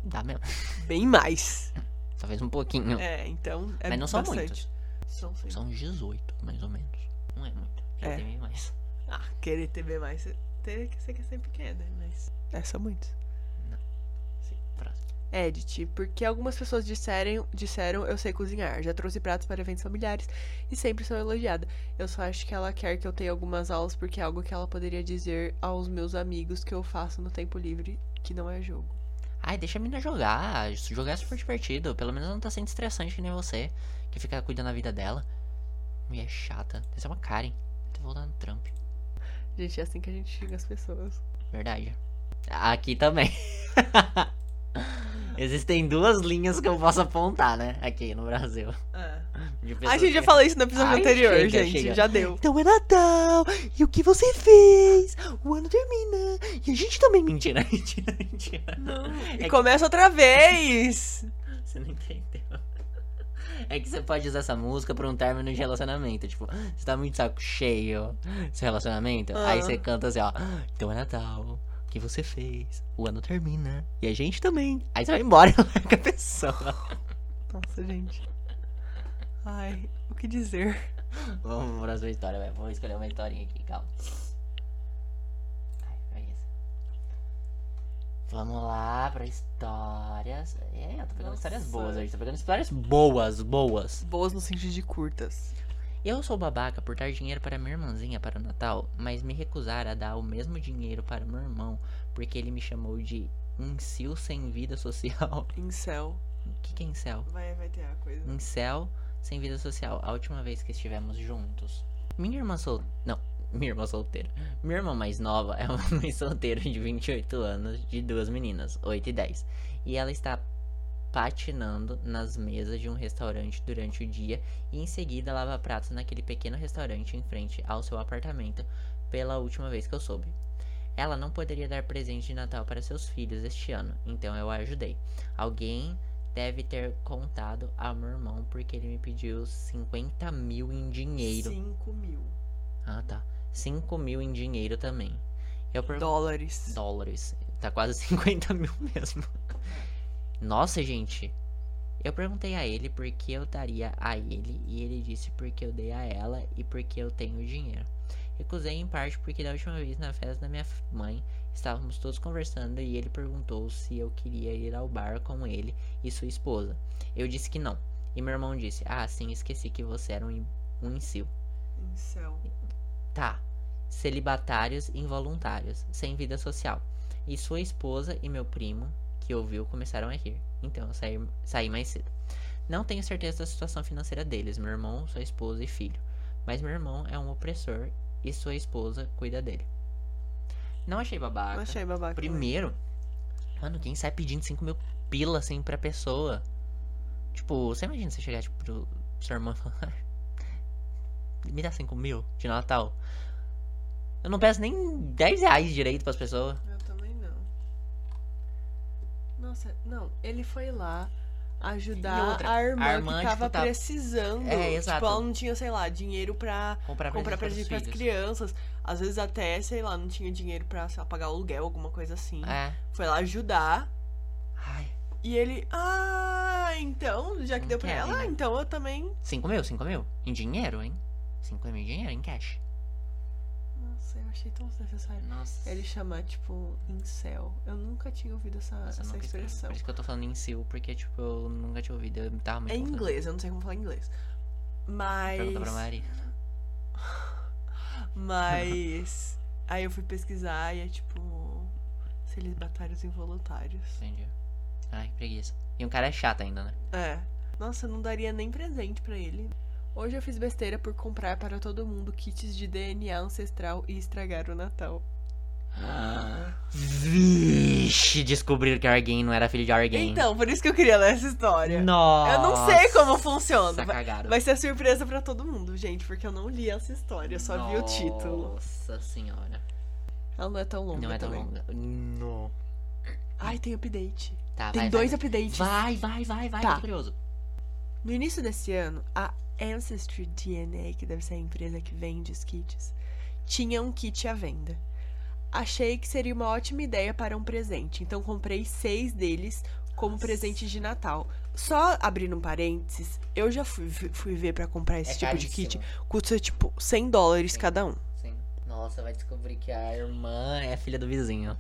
[SPEAKER 2] Dá mesmo.
[SPEAKER 1] Bem mais.
[SPEAKER 2] Talvez um pouquinho.
[SPEAKER 1] É, então. É
[SPEAKER 2] Mas não são
[SPEAKER 1] bastante.
[SPEAKER 2] muitos.
[SPEAKER 1] São sim.
[SPEAKER 2] São 18, mais ou menos. Não é muito. Já
[SPEAKER 1] É.
[SPEAKER 2] tem bem mais.
[SPEAKER 1] Ah, querer ter bem mais. Ter que ser que é sempre quer, né? Mas. É, são muitos.
[SPEAKER 2] Sim, próximo.
[SPEAKER 1] Edit, porque algumas pessoas disseram, disseram eu sei cozinhar, já trouxe pratos para eventos familiares e sempre sou elogiada. Eu só acho que ela quer que eu tenha algumas aulas porque é algo que ela poderia dizer aos meus amigos que eu faço no tempo livre, que não é jogo.
[SPEAKER 2] Ai, deixa a menina jogar. Jogar é super divertido. Pelo menos ela não tá sendo estressante que nem você. Que fica cuidando da vida dela. Mulher chata. Essa é uma Karen. Tem que voltar no trampo.
[SPEAKER 1] Gente, é assim que a gente xinga as pessoas.
[SPEAKER 2] Verdade. Aqui também. Existem duas linhas que eu posso apontar, né? Aqui no Brasil. De
[SPEAKER 1] A
[SPEAKER 2] pessoas
[SPEAKER 1] gente já
[SPEAKER 2] que-
[SPEAKER 1] falou isso no episódio
[SPEAKER 2] Ai,
[SPEAKER 1] anterior,
[SPEAKER 2] chega,
[SPEAKER 1] gente,
[SPEAKER 2] chega.
[SPEAKER 1] já deu.
[SPEAKER 2] Então é Natal! E o que você fez? O ano termina! E a gente também. Mentira, mentira, mentira.
[SPEAKER 1] E
[SPEAKER 2] É que-
[SPEAKER 1] começa outra vez!
[SPEAKER 2] Você não entendeu. É que você pode usar essa música pra um término de relacionamento. Tipo, você tá muito saco cheio seu relacionamento.
[SPEAKER 1] Ah.
[SPEAKER 2] Aí você canta assim, ó. Então é Natal. O que você fez? O ano termina. E a gente também. Aí você vai embora e larga a pessoa.
[SPEAKER 1] Nossa, gente. Ai, o que dizer?
[SPEAKER 2] Vamos pra sua história, vai. Vou escolher uma historinha aqui, calma. Ai, foi isso. Vamos lá pra histórias. É, eu tô pegando histórias
[SPEAKER 1] Nossa.
[SPEAKER 2] boas hoje. Tô pegando histórias boas, boas.
[SPEAKER 1] Boas no sentido de curtas.
[SPEAKER 2] Eu sou babaca por dar dinheiro para minha irmãzinha para o Natal, mas me recusar a dar o mesmo dinheiro para meu irmão porque ele me chamou de incel sem vida social.
[SPEAKER 1] Incel.
[SPEAKER 2] O que, que é incel?
[SPEAKER 1] Vai, vai ter a coisa.
[SPEAKER 2] Incel sem vida social. A última vez que estivemos juntos. Minha irmã sol... Não, minha irmã solteira. Minha irmã mais nova é uma mãe solteira de 28 anos, de duas meninas, 8 e 10. E ela está patinando nas mesas de um restaurante durante o dia e em seguida lava pratos naquele pequeno restaurante em frente ao seu apartamento pela última vez que eu soube. Ela não poderia dar presente de Natal para seus filhos este ano, então eu a ajudei. Alguém deve ter contado ao meu irmão porque ele me pediu 50 mil em dinheiro.
[SPEAKER 1] 5 mil
[SPEAKER 2] Ah, tá. 5 mil em dinheiro também. Eu perguntei.
[SPEAKER 1] dólares.
[SPEAKER 2] Dólares. Tá quase 50 mil mesmo. Nossa, gente. Eu perguntei a ele por que eu daria a ele e ele disse porque eu dei a ela e porque eu tenho dinheiro. Recusei em parte porque da última vez na festa da minha f- mãe estávamos todos conversando e ele perguntou se eu queria ir ao bar com ele e sua esposa. Eu disse que não. E meu irmão disse: Ah, sim, esqueci que você era um, im- um incil.
[SPEAKER 1] Incel.
[SPEAKER 2] Tá. Celibatários involuntários, sem vida social. E sua esposa e meu primo, que ouviu, começaram a rir. Então eu saí, saí mais cedo. Não tenho certeza da situação financeira deles, meu irmão, sua esposa e filho. Mas meu irmão é um opressor e sua esposa cuida dele. Não achei babaca.
[SPEAKER 1] Não achei babaca. né?
[SPEAKER 2] Primeiro, mano, quem sai pedindo 5 mil pila assim pra pessoa? Tipo, você imagina você chegar tipo, pro seu irmão e falar: Me dá 5 mil de Natal? Eu não peço nem 10 reais direito pras pessoas.
[SPEAKER 1] Eu também não. Nossa, não. Ele foi lá ajudar
[SPEAKER 2] E outra,
[SPEAKER 1] a, irmã
[SPEAKER 2] a irmã,
[SPEAKER 1] que
[SPEAKER 2] tipo,
[SPEAKER 1] tava
[SPEAKER 2] tá-
[SPEAKER 1] precisando.
[SPEAKER 2] É, exato.
[SPEAKER 1] Tipo, ela não tinha, sei lá, dinheiro pra
[SPEAKER 2] Comprar,
[SPEAKER 1] comprar presente
[SPEAKER 2] presente para
[SPEAKER 1] pras crianças. Às vezes até, sei lá, não tinha dinheiro pra sei lá, pagar o aluguel, alguma coisa assim.
[SPEAKER 2] É.
[SPEAKER 1] Foi lá ajudar.
[SPEAKER 2] Ai,
[SPEAKER 1] E ele, ah, então, já que
[SPEAKER 2] Não
[SPEAKER 1] deu pra
[SPEAKER 2] quer,
[SPEAKER 1] ela,
[SPEAKER 2] né?
[SPEAKER 1] então eu também.
[SPEAKER 2] 5 mil, 5 mil. Em dinheiro, hein? 5 mil em dinheiro, em cash.
[SPEAKER 1] Nossa, eu achei tão desnecessário.
[SPEAKER 2] Nossa.
[SPEAKER 1] Ele chama, tipo, incel. Eu nunca tinha ouvido essa,
[SPEAKER 2] Nossa,
[SPEAKER 1] essa
[SPEAKER 2] eu nunca escrevi.
[SPEAKER 1] expressão.
[SPEAKER 2] Por isso que eu tô falando em sil, porque, tipo, eu nunca tinha ouvido. Eu tava muito
[SPEAKER 1] É em
[SPEAKER 2] confuso.
[SPEAKER 1] inglês, eu não sei como falar inglês.
[SPEAKER 2] Pergunta pra
[SPEAKER 1] Mas.
[SPEAKER 2] Mari.
[SPEAKER 1] Mas. Aí eu fui pesquisar e é tipo. Celibatários involuntários.
[SPEAKER 2] Entendi. Ai, que preguiça. E um cara é chato ainda, né?
[SPEAKER 1] É. Nossa, eu não daria nem presente pra ele. Hoje eu fiz besteira por comprar para todo mundo kits de DNA ancestral e estragar o Natal.
[SPEAKER 2] Vixe, descobriram que Argain não era filho de Argain.
[SPEAKER 1] Então, por isso que eu queria ler essa história.
[SPEAKER 2] Nossa.
[SPEAKER 1] Eu não sei como funciona. Vai,
[SPEAKER 2] Cagaram.
[SPEAKER 1] vai ser surpresa pra todo mundo, gente, porque eu não li essa história, eu só vi o título.
[SPEAKER 2] Nossa senhora.
[SPEAKER 1] Ela não é tão longa
[SPEAKER 2] Não é tão
[SPEAKER 1] também.
[SPEAKER 2] longa. Não.
[SPEAKER 1] Ai, tem update.
[SPEAKER 2] Tá,
[SPEAKER 1] Tem
[SPEAKER 2] vai,
[SPEAKER 1] dois
[SPEAKER 2] vai.
[SPEAKER 1] updates.
[SPEAKER 2] Vai, vai, vai, vai,
[SPEAKER 1] Tá.
[SPEAKER 2] tô curioso.
[SPEAKER 1] No início desse ano, a Ancestry DNA, que deve ser a empresa que vende os kits, tinha um kit à venda. Achei que seria uma ótima ideia para um presente, então comprei seis deles como
[SPEAKER 2] Nossa.
[SPEAKER 1] presente de Natal. Só abrindo um parênteses, eu já fui, fui ver para comprar esse
[SPEAKER 2] É
[SPEAKER 1] tipo de kit.
[SPEAKER 2] caríssimo.
[SPEAKER 1] Custa tipo 100 dólares
[SPEAKER 2] Sim.
[SPEAKER 1] cada um.
[SPEAKER 2] Sim. Nossa, vai descobrir que a irmã é filha do vizinho.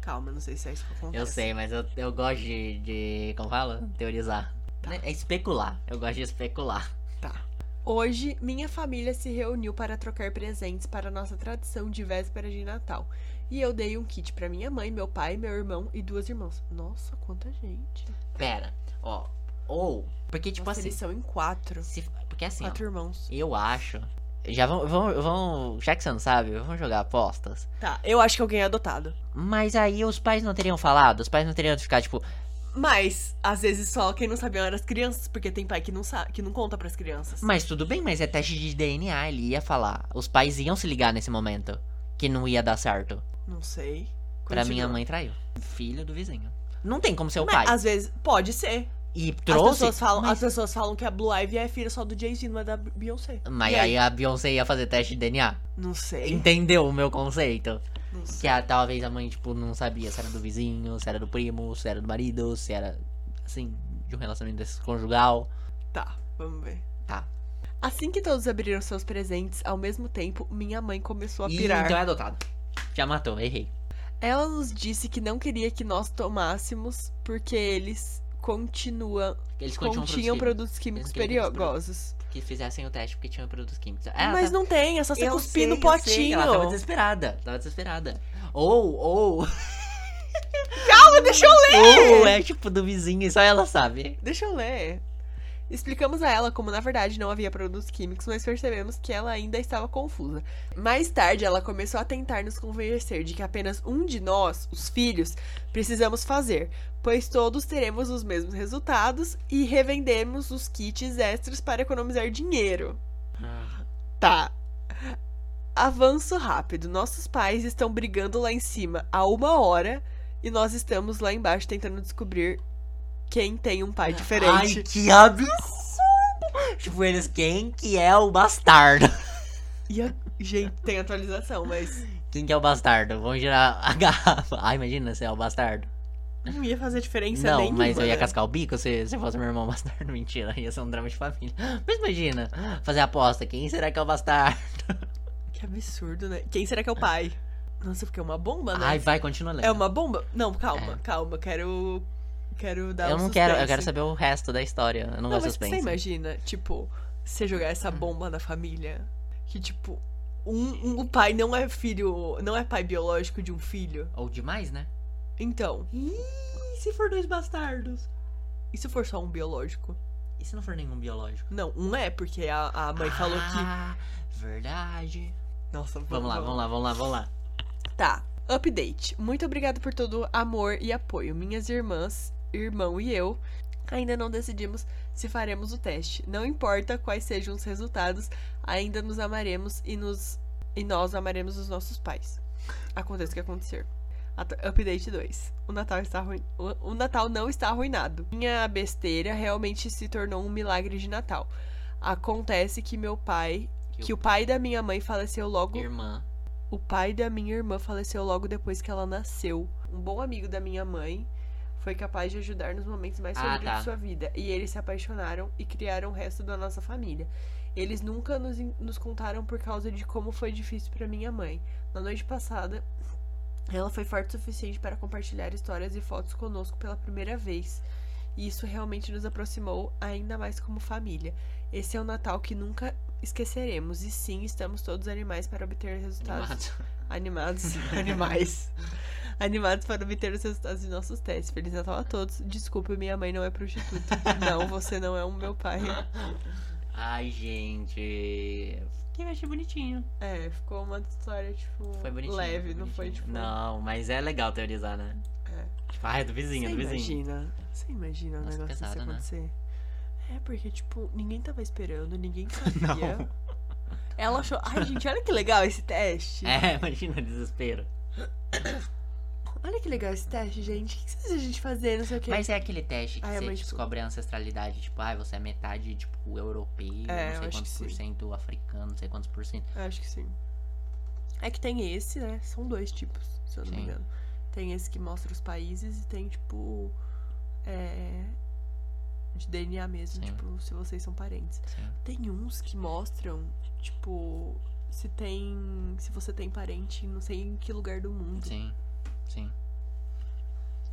[SPEAKER 1] Calma, não sei se é isso que acontece.
[SPEAKER 2] Eu sei, mas eu, eu gosto de, de- Como fala? Teorizar.
[SPEAKER 1] Tá.
[SPEAKER 2] Né? É especular. Eu gosto de especular.
[SPEAKER 1] Hoje, minha família se reuniu para trocar presentes para nossa tradição de véspera de Natal. E eu dei um kit para minha mãe, meu pai, meu irmão e duas irmãs. Nossa, quanta gente.
[SPEAKER 2] Pera, ó. Ou. Porque, tipo
[SPEAKER 1] Nossa,
[SPEAKER 2] assim.
[SPEAKER 1] eles são em quatro.
[SPEAKER 2] se- porque assim, ó,
[SPEAKER 1] quatro irmãos.
[SPEAKER 2] eu acho. Já vão, vão, vão. Já que você não sabe, vamos jogar apostas.
[SPEAKER 1] Tá, eu acho que alguém é adotado.
[SPEAKER 2] Mas aí os pais não teriam falado, os pais não teriam ficado, tipo,
[SPEAKER 1] Mas, às vezes, só quem não sabia eram as crianças, porque tem pai que não sabe, que não conta pras crianças.
[SPEAKER 2] mas tudo bem, mas é teste de DNA, ele ia falar. Os pais iam se ligar nesse momento que não ia dar certo.
[SPEAKER 1] Não sei.
[SPEAKER 2] Pra minha
[SPEAKER 1] Continua.
[SPEAKER 2] mãe traiu. Filho do vizinho. Não tem como ser o
[SPEAKER 1] Mas,
[SPEAKER 2] pai.
[SPEAKER 1] Às vezes, pode ser.
[SPEAKER 2] E trouxe.
[SPEAKER 1] As, pessoas falam, as
[SPEAKER 2] mas
[SPEAKER 1] pessoas falam que a Blue Ivy é filha só do Jay-Z, não é da Beyoncé.
[SPEAKER 2] mas
[SPEAKER 1] E
[SPEAKER 2] aí a Beyoncé ia fazer teste de DNA.
[SPEAKER 1] Não sei.
[SPEAKER 2] Entendeu o meu conceito?
[SPEAKER 1] Não sei.
[SPEAKER 2] Que a, talvez a mãe, tipo, não sabia se era do vizinho, se era do primo, se era do marido, se era, assim, de um relacionamento desse conjugal.
[SPEAKER 1] Tá, vamos ver.
[SPEAKER 2] Tá.
[SPEAKER 1] Assim que todos abriram seus presentes, ao mesmo tempo, minha mãe começou a
[SPEAKER 2] Ih,
[SPEAKER 1] pirar.
[SPEAKER 2] então é adotado. Já matou, errei.
[SPEAKER 1] Ela nos disse que não queria que nós tomássemos, porque eles continua,
[SPEAKER 2] Eles
[SPEAKER 1] continham
[SPEAKER 2] continuam produzindo.
[SPEAKER 1] produtos químicos
[SPEAKER 2] Eles queriam que eles
[SPEAKER 1] perigosos.
[SPEAKER 2] que fizessem o teste porque tinha produtos químicos. Ah,
[SPEAKER 1] Mas
[SPEAKER 2] tá-
[SPEAKER 1] não tem, é só você
[SPEAKER 2] Eu
[SPEAKER 1] cuspir no
[SPEAKER 2] sei, eu sei,
[SPEAKER 1] potinho.
[SPEAKER 2] Ela tava desesperada. Tava desesperada. Ou, ou.
[SPEAKER 1] Calma, deixa eu...
[SPEAKER 2] Ou é tipo do vizinho e só ela sabe.
[SPEAKER 1] Deixa eu ler. Explicamos a ela como na verdade não havia produtos químicos, mas percebemos que ela ainda estava confusa. Mais tarde, ela começou a tentar nos convencer de que apenas um de nós, os filhos, precisamos fazer, pois todos teremos os mesmos resultados e revendemos os kits extras para economizar dinheiro.
[SPEAKER 2] Ah.
[SPEAKER 1] Tá. Avanço rápido. Nossos pais estão brigando lá em cima há uma hora e nós estamos lá embaixo tentando descobrir quem tem um pai diferente.
[SPEAKER 2] Ai, que absurdo! Tipo, eles, quem que é o bastardo?
[SPEAKER 1] E a... Gente, tem atualização, mas
[SPEAKER 2] Quem que é o bastardo? Vamos girar a garrafa. Ai, imagina se é o bastardo.
[SPEAKER 1] não ia fazer diferença
[SPEAKER 2] não,
[SPEAKER 1] nenhuma.
[SPEAKER 2] mas eu ia
[SPEAKER 1] né?
[SPEAKER 2] cascar o bico se, se fosse meu irmão bastardo. Mentira, ia ser um drama de família. Mas imagina, fazer a aposta, quem será que é o bastardo?
[SPEAKER 1] Que absurdo, né? Quem será que é o pai? Nossa, porque é uma bomba, né?
[SPEAKER 2] Ai, vai, continua lendo.
[SPEAKER 1] é uma bomba? Não, calma,
[SPEAKER 2] É.
[SPEAKER 1] calma. Quero. Quero dar
[SPEAKER 2] Eu
[SPEAKER 1] um
[SPEAKER 2] não quero, eu
[SPEAKER 1] suspense.
[SPEAKER 2] quero saber o resto da história. Eu não,
[SPEAKER 1] Não,
[SPEAKER 2] gosto
[SPEAKER 1] mas
[SPEAKER 2] de
[SPEAKER 1] você
[SPEAKER 2] suspense. Hum.
[SPEAKER 1] imagina, tipo, você jogar essa bomba na família? Que, tipo, um, um- o pai não é filho. Não é pai biológico de um filho.
[SPEAKER 2] Ou demais, né?
[SPEAKER 1] Então. E se for dois bastardos? E se for só um biológico?
[SPEAKER 2] E se não for nenhum biológico?
[SPEAKER 1] Não, um é, porque a, a mãe falou que.
[SPEAKER 2] ah, Verdade.
[SPEAKER 1] Nossa,
[SPEAKER 2] Vamos lá, vamos lá, vamos lá, vamos lá.
[SPEAKER 1] Tá. Update. Muito obrigado por todo o amor e apoio. Minhas irmãs, irmão e eu ainda não decidimos se faremos o teste. Não importa quais sejam os resultados, ainda nos amaremos e nos e nós amaremos os nossos pais. Aconteça o que acontecer. At- Update 2. O Natal está arruin... o, o Natal não está arruinado. Minha besteira realmente se tornou um milagre de Natal. Acontece que meu pai, que o pai da minha mãe faleceu logo
[SPEAKER 2] Irmã.
[SPEAKER 1] o pai da minha irmã faleceu logo depois que ela nasceu. Um bom amigo da minha mãe foi capaz de ajudar nos momentos mais
[SPEAKER 2] Ah,
[SPEAKER 1] sombrios
[SPEAKER 2] tá.
[SPEAKER 1] de sua vida. E eles se apaixonaram e criaram o resto da nossa família. Eles nunca nos, en- nos contaram por causa de como foi difícil para minha mãe. Na noite passada, ela foi forte o suficiente para compartilhar histórias e fotos conosco pela primeira vez. E isso realmente nos aproximou ainda mais como família. Esse é um Natal que nunca esqueceremos. E sim, estamos todos animais para obter resultados
[SPEAKER 2] Animado.
[SPEAKER 1] Animados. Animais. Animados para obter os resultados de nossos testes. Feliz Natal a todos. Desculpe, minha mãe não é prostituta. não, você não é o meu pai.
[SPEAKER 2] Ai, gente. Que eu achei bonitinho.
[SPEAKER 1] É, ficou uma história, tipo,
[SPEAKER 2] Foi bonitinho.
[SPEAKER 1] leve,
[SPEAKER 2] foi
[SPEAKER 1] não foi,
[SPEAKER 2] bonitinho.
[SPEAKER 1] tipo...
[SPEAKER 2] Não, mas é legal teorizar, né?
[SPEAKER 1] É.
[SPEAKER 2] Tipo, ah, é do vizinho, é do
[SPEAKER 1] você
[SPEAKER 2] vizinho.
[SPEAKER 1] imagina, você imagina um
[SPEAKER 2] Nossa,
[SPEAKER 1] negócio desse
[SPEAKER 2] pesado, né?
[SPEAKER 1] acontecer? É, porque, tipo, ninguém tava esperando, ninguém sabia.
[SPEAKER 2] Não.
[SPEAKER 1] Ela achou, ai, gente, olha que legal esse teste.
[SPEAKER 2] É, imagina o desespero.
[SPEAKER 1] Olha que legal esse teste, gente. O que vocês a gente fazer? Não sei o quê.
[SPEAKER 2] Mas é aquele teste que
[SPEAKER 1] Ah, é,
[SPEAKER 2] você
[SPEAKER 1] mas, tipo-
[SPEAKER 2] descobre a ancestralidade, tipo, ah, você é metade, tipo, europeu,
[SPEAKER 1] É, eu
[SPEAKER 2] não sei
[SPEAKER 1] acho
[SPEAKER 2] quantos
[SPEAKER 1] que
[SPEAKER 2] por
[SPEAKER 1] sim.
[SPEAKER 2] cento africano, não sei quantos por cento.
[SPEAKER 1] Eu Acho que sim. É que tem esse, né? São dois tipos, se eu não me
[SPEAKER 2] Sim.
[SPEAKER 1] engano. Tem esse que mostra os países e tem, tipo. É. De DNA mesmo,
[SPEAKER 2] Sim.
[SPEAKER 1] tipo, se vocês são parentes.
[SPEAKER 2] Sim.
[SPEAKER 1] Tem uns que mostram, tipo, se tem. Se você tem parente, não sei em que lugar do mundo.
[SPEAKER 2] Sim, sim.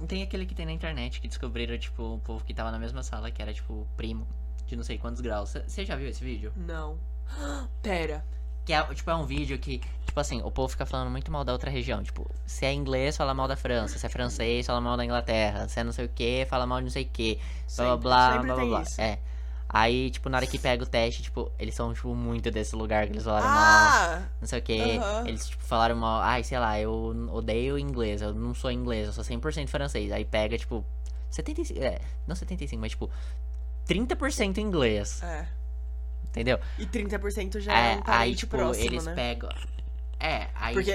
[SPEAKER 2] Tem aquele que tem na internet que descobriram, tipo, um povo que tava na mesma sala, que era, tipo, primo de não sei quantos graus. Você já viu esse vídeo?
[SPEAKER 1] Não. Pera.
[SPEAKER 2] Que é, tipo, é um vídeo que, tipo assim, o povo fica falando muito mal da outra região. Tipo, se é inglês, fala mal da França. Se é francês, fala mal da Inglaterra. Se é não sei o que, fala mal de não sei o que. Blá, blá,
[SPEAKER 1] Sempre,
[SPEAKER 2] blá,
[SPEAKER 1] sempre
[SPEAKER 2] blá, blá,
[SPEAKER 1] tem
[SPEAKER 2] blá.
[SPEAKER 1] isso.
[SPEAKER 2] É. Aí, tipo, na hora que pega o teste, tipo, eles são, tipo, muito desse lugar que eles falaram mal
[SPEAKER 1] Ah!
[SPEAKER 2] não sei o que.
[SPEAKER 1] Aham.
[SPEAKER 2] Eles tipo, falaram mal, ai, sei lá, eu n- odeio inglês, eu não sou inglês, eu sou 100% francês. Aí pega, tipo, 75, é, não 75, mas tipo, 30% inglês,
[SPEAKER 1] É.
[SPEAKER 2] entendeu?
[SPEAKER 1] E 30% já é,
[SPEAKER 2] É,
[SPEAKER 1] um parente
[SPEAKER 2] aí, tipo,
[SPEAKER 1] próximo,
[SPEAKER 2] eles
[SPEAKER 1] né?
[SPEAKER 2] pegam. É, aí.
[SPEAKER 1] Porque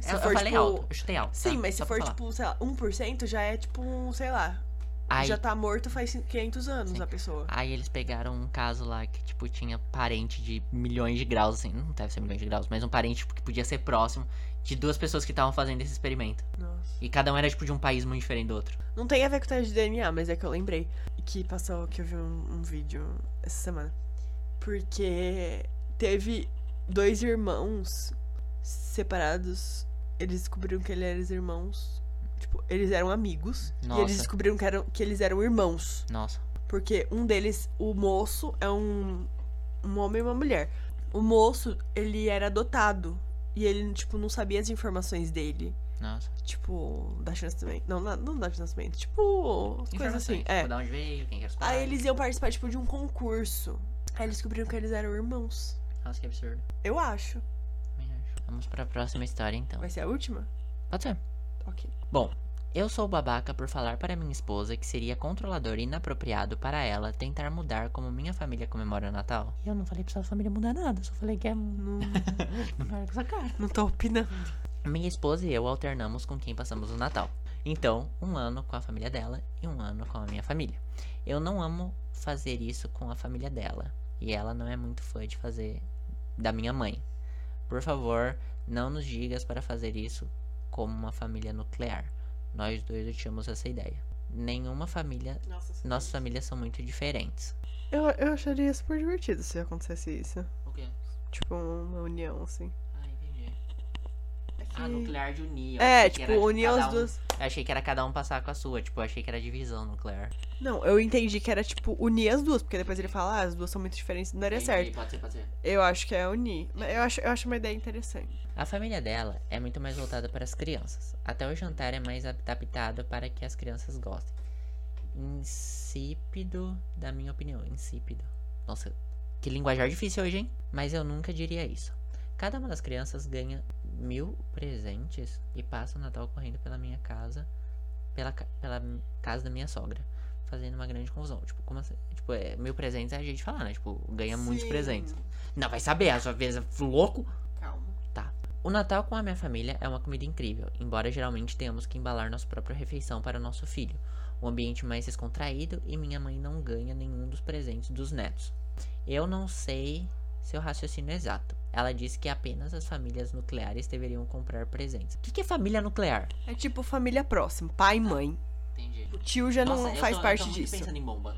[SPEAKER 1] se
[SPEAKER 2] eu, eu
[SPEAKER 1] for,
[SPEAKER 2] falei
[SPEAKER 1] tipo,
[SPEAKER 2] alto, eu chutei alto.
[SPEAKER 1] Sim,
[SPEAKER 2] tá?
[SPEAKER 1] mas se
[SPEAKER 2] Só pra
[SPEAKER 1] for,
[SPEAKER 2] falar.
[SPEAKER 1] tipo, sei lá, 1% já é, tipo, um, sei lá,
[SPEAKER 2] Aí,
[SPEAKER 1] já tá morto faz 500 anos
[SPEAKER 2] Sim. Ah,
[SPEAKER 1] a pessoa.
[SPEAKER 2] aí eles pegaram um caso lá que, tipo, tinha parente de milhões de graus, assim, não deve ser milhões de graus, mas um parente tipo, que podia ser próximo de duas pessoas que estavam fazendo esse experimento.
[SPEAKER 1] Nossa.
[SPEAKER 2] E cada um era, tipo, de um país muito diferente do outro.
[SPEAKER 1] Não tem a ver com o teste de DNA, mas é que eu lembrei que passou, que eu vi um, um vídeo essa semana. Porque teve dois irmãos separados, eles descobriram que eles eram irmãos, tipo, eles eram amigos, e
[SPEAKER 2] Nossa.
[SPEAKER 1] eles descobriram que, eram, que eles eram irmãos.
[SPEAKER 2] Nossa.
[SPEAKER 1] Porque um deles, o moço, é um, um homem e uma mulher. O moço, ele era adotado. E ele, tipo, não sabia as informações dele.
[SPEAKER 2] Nossa.
[SPEAKER 1] Tipo, da de nascimento. Não, na- não da de nascimento. Tipo, coisas assim.
[SPEAKER 2] Informações,
[SPEAKER 1] É.
[SPEAKER 2] tipo, da onde veio, quem que era os
[SPEAKER 1] Aí
[SPEAKER 2] pais.
[SPEAKER 1] eles iam participar, tipo, de um concurso. Aí eles descobriram que eles eram irmãos.
[SPEAKER 2] Nossa, que absurdo.
[SPEAKER 1] Eu acho.
[SPEAKER 2] Também acho. Vamos pra próxima história, então.
[SPEAKER 1] Vai ser a última?
[SPEAKER 2] Pode ser.
[SPEAKER 1] Ok.
[SPEAKER 2] Eu sou babaca por falar para minha esposa que seria controlador e inapropriado para ela tentar mudar como minha família comemora o Natal. E eu não falei pra sua família mudar nada, só falei que é...
[SPEAKER 1] Não,
[SPEAKER 2] Não com essa cara.
[SPEAKER 1] não tô opinando.
[SPEAKER 2] Minha esposa e eu alternamos com quem passamos o Natal. Então, um ano com a família dela e um ano com a minha família. Eu não amo fazer isso com a família dela. E ela não é muito fã de fazer da minha mãe. Por favor, não nos digas para fazer isso como uma família nuclear. Nós dois odiamos essa ideia. Nenhuma família.
[SPEAKER 1] Nossa,
[SPEAKER 2] Nossas famílias são muito diferentes.
[SPEAKER 1] Eu, eu acharia super divertido se acontecesse isso.
[SPEAKER 2] O quê?
[SPEAKER 1] Tipo, uma união, assim.
[SPEAKER 2] Ah, entendi.
[SPEAKER 1] Ah, Que- nuclear
[SPEAKER 2] de unir.
[SPEAKER 1] É, tipo, unir as duas.
[SPEAKER 2] Eu achei que era cada um passar com a sua, tipo, eu achei que era divisão nuclear.
[SPEAKER 1] Não, eu entendi que era, tipo, unir as duas, porque depois ele fala, ah, as duas são muito diferentes, não daria certo.
[SPEAKER 2] Pode ser, pode ser.
[SPEAKER 1] Eu acho que é unir. Mas eu acho, eu acho uma ideia interessante.
[SPEAKER 2] A família dela é muito mais voltada para as crianças. Até o jantar é mais adaptado para que as crianças gostem. Insípido, da minha opinião, insípido. Nossa, que linguajar difícil hoje, hein? Mas eu nunca diria isso. Cada uma das crianças ganha mil presentes e passa o Natal correndo pela minha casa, pela, ca- pela casa da minha sogra, fazendo uma grande confusão. Tipo, como assim? Tipo, é, mil presentes é a gente falar, né? Tipo, ganha muitos presentes. Não, vai saber, a sua vez é louco.
[SPEAKER 1] Calma.
[SPEAKER 2] O Natal com a minha família é uma comida incrível, embora geralmente tenhamos que embalar nossa própria refeição para o nosso filho. Um ambiente mais descontraído e minha mãe não ganha nenhum dos presentes dos netos. Eu não sei seu raciocínio é exato. Ela disse que apenas as famílias nucleares deveriam comprar presentes. O que, que é família nuclear?
[SPEAKER 1] É tipo família próxima, pai
[SPEAKER 2] Tá.
[SPEAKER 1] e mãe.
[SPEAKER 2] Entendi.
[SPEAKER 1] O tio já não faz parte disso.
[SPEAKER 2] em bomba.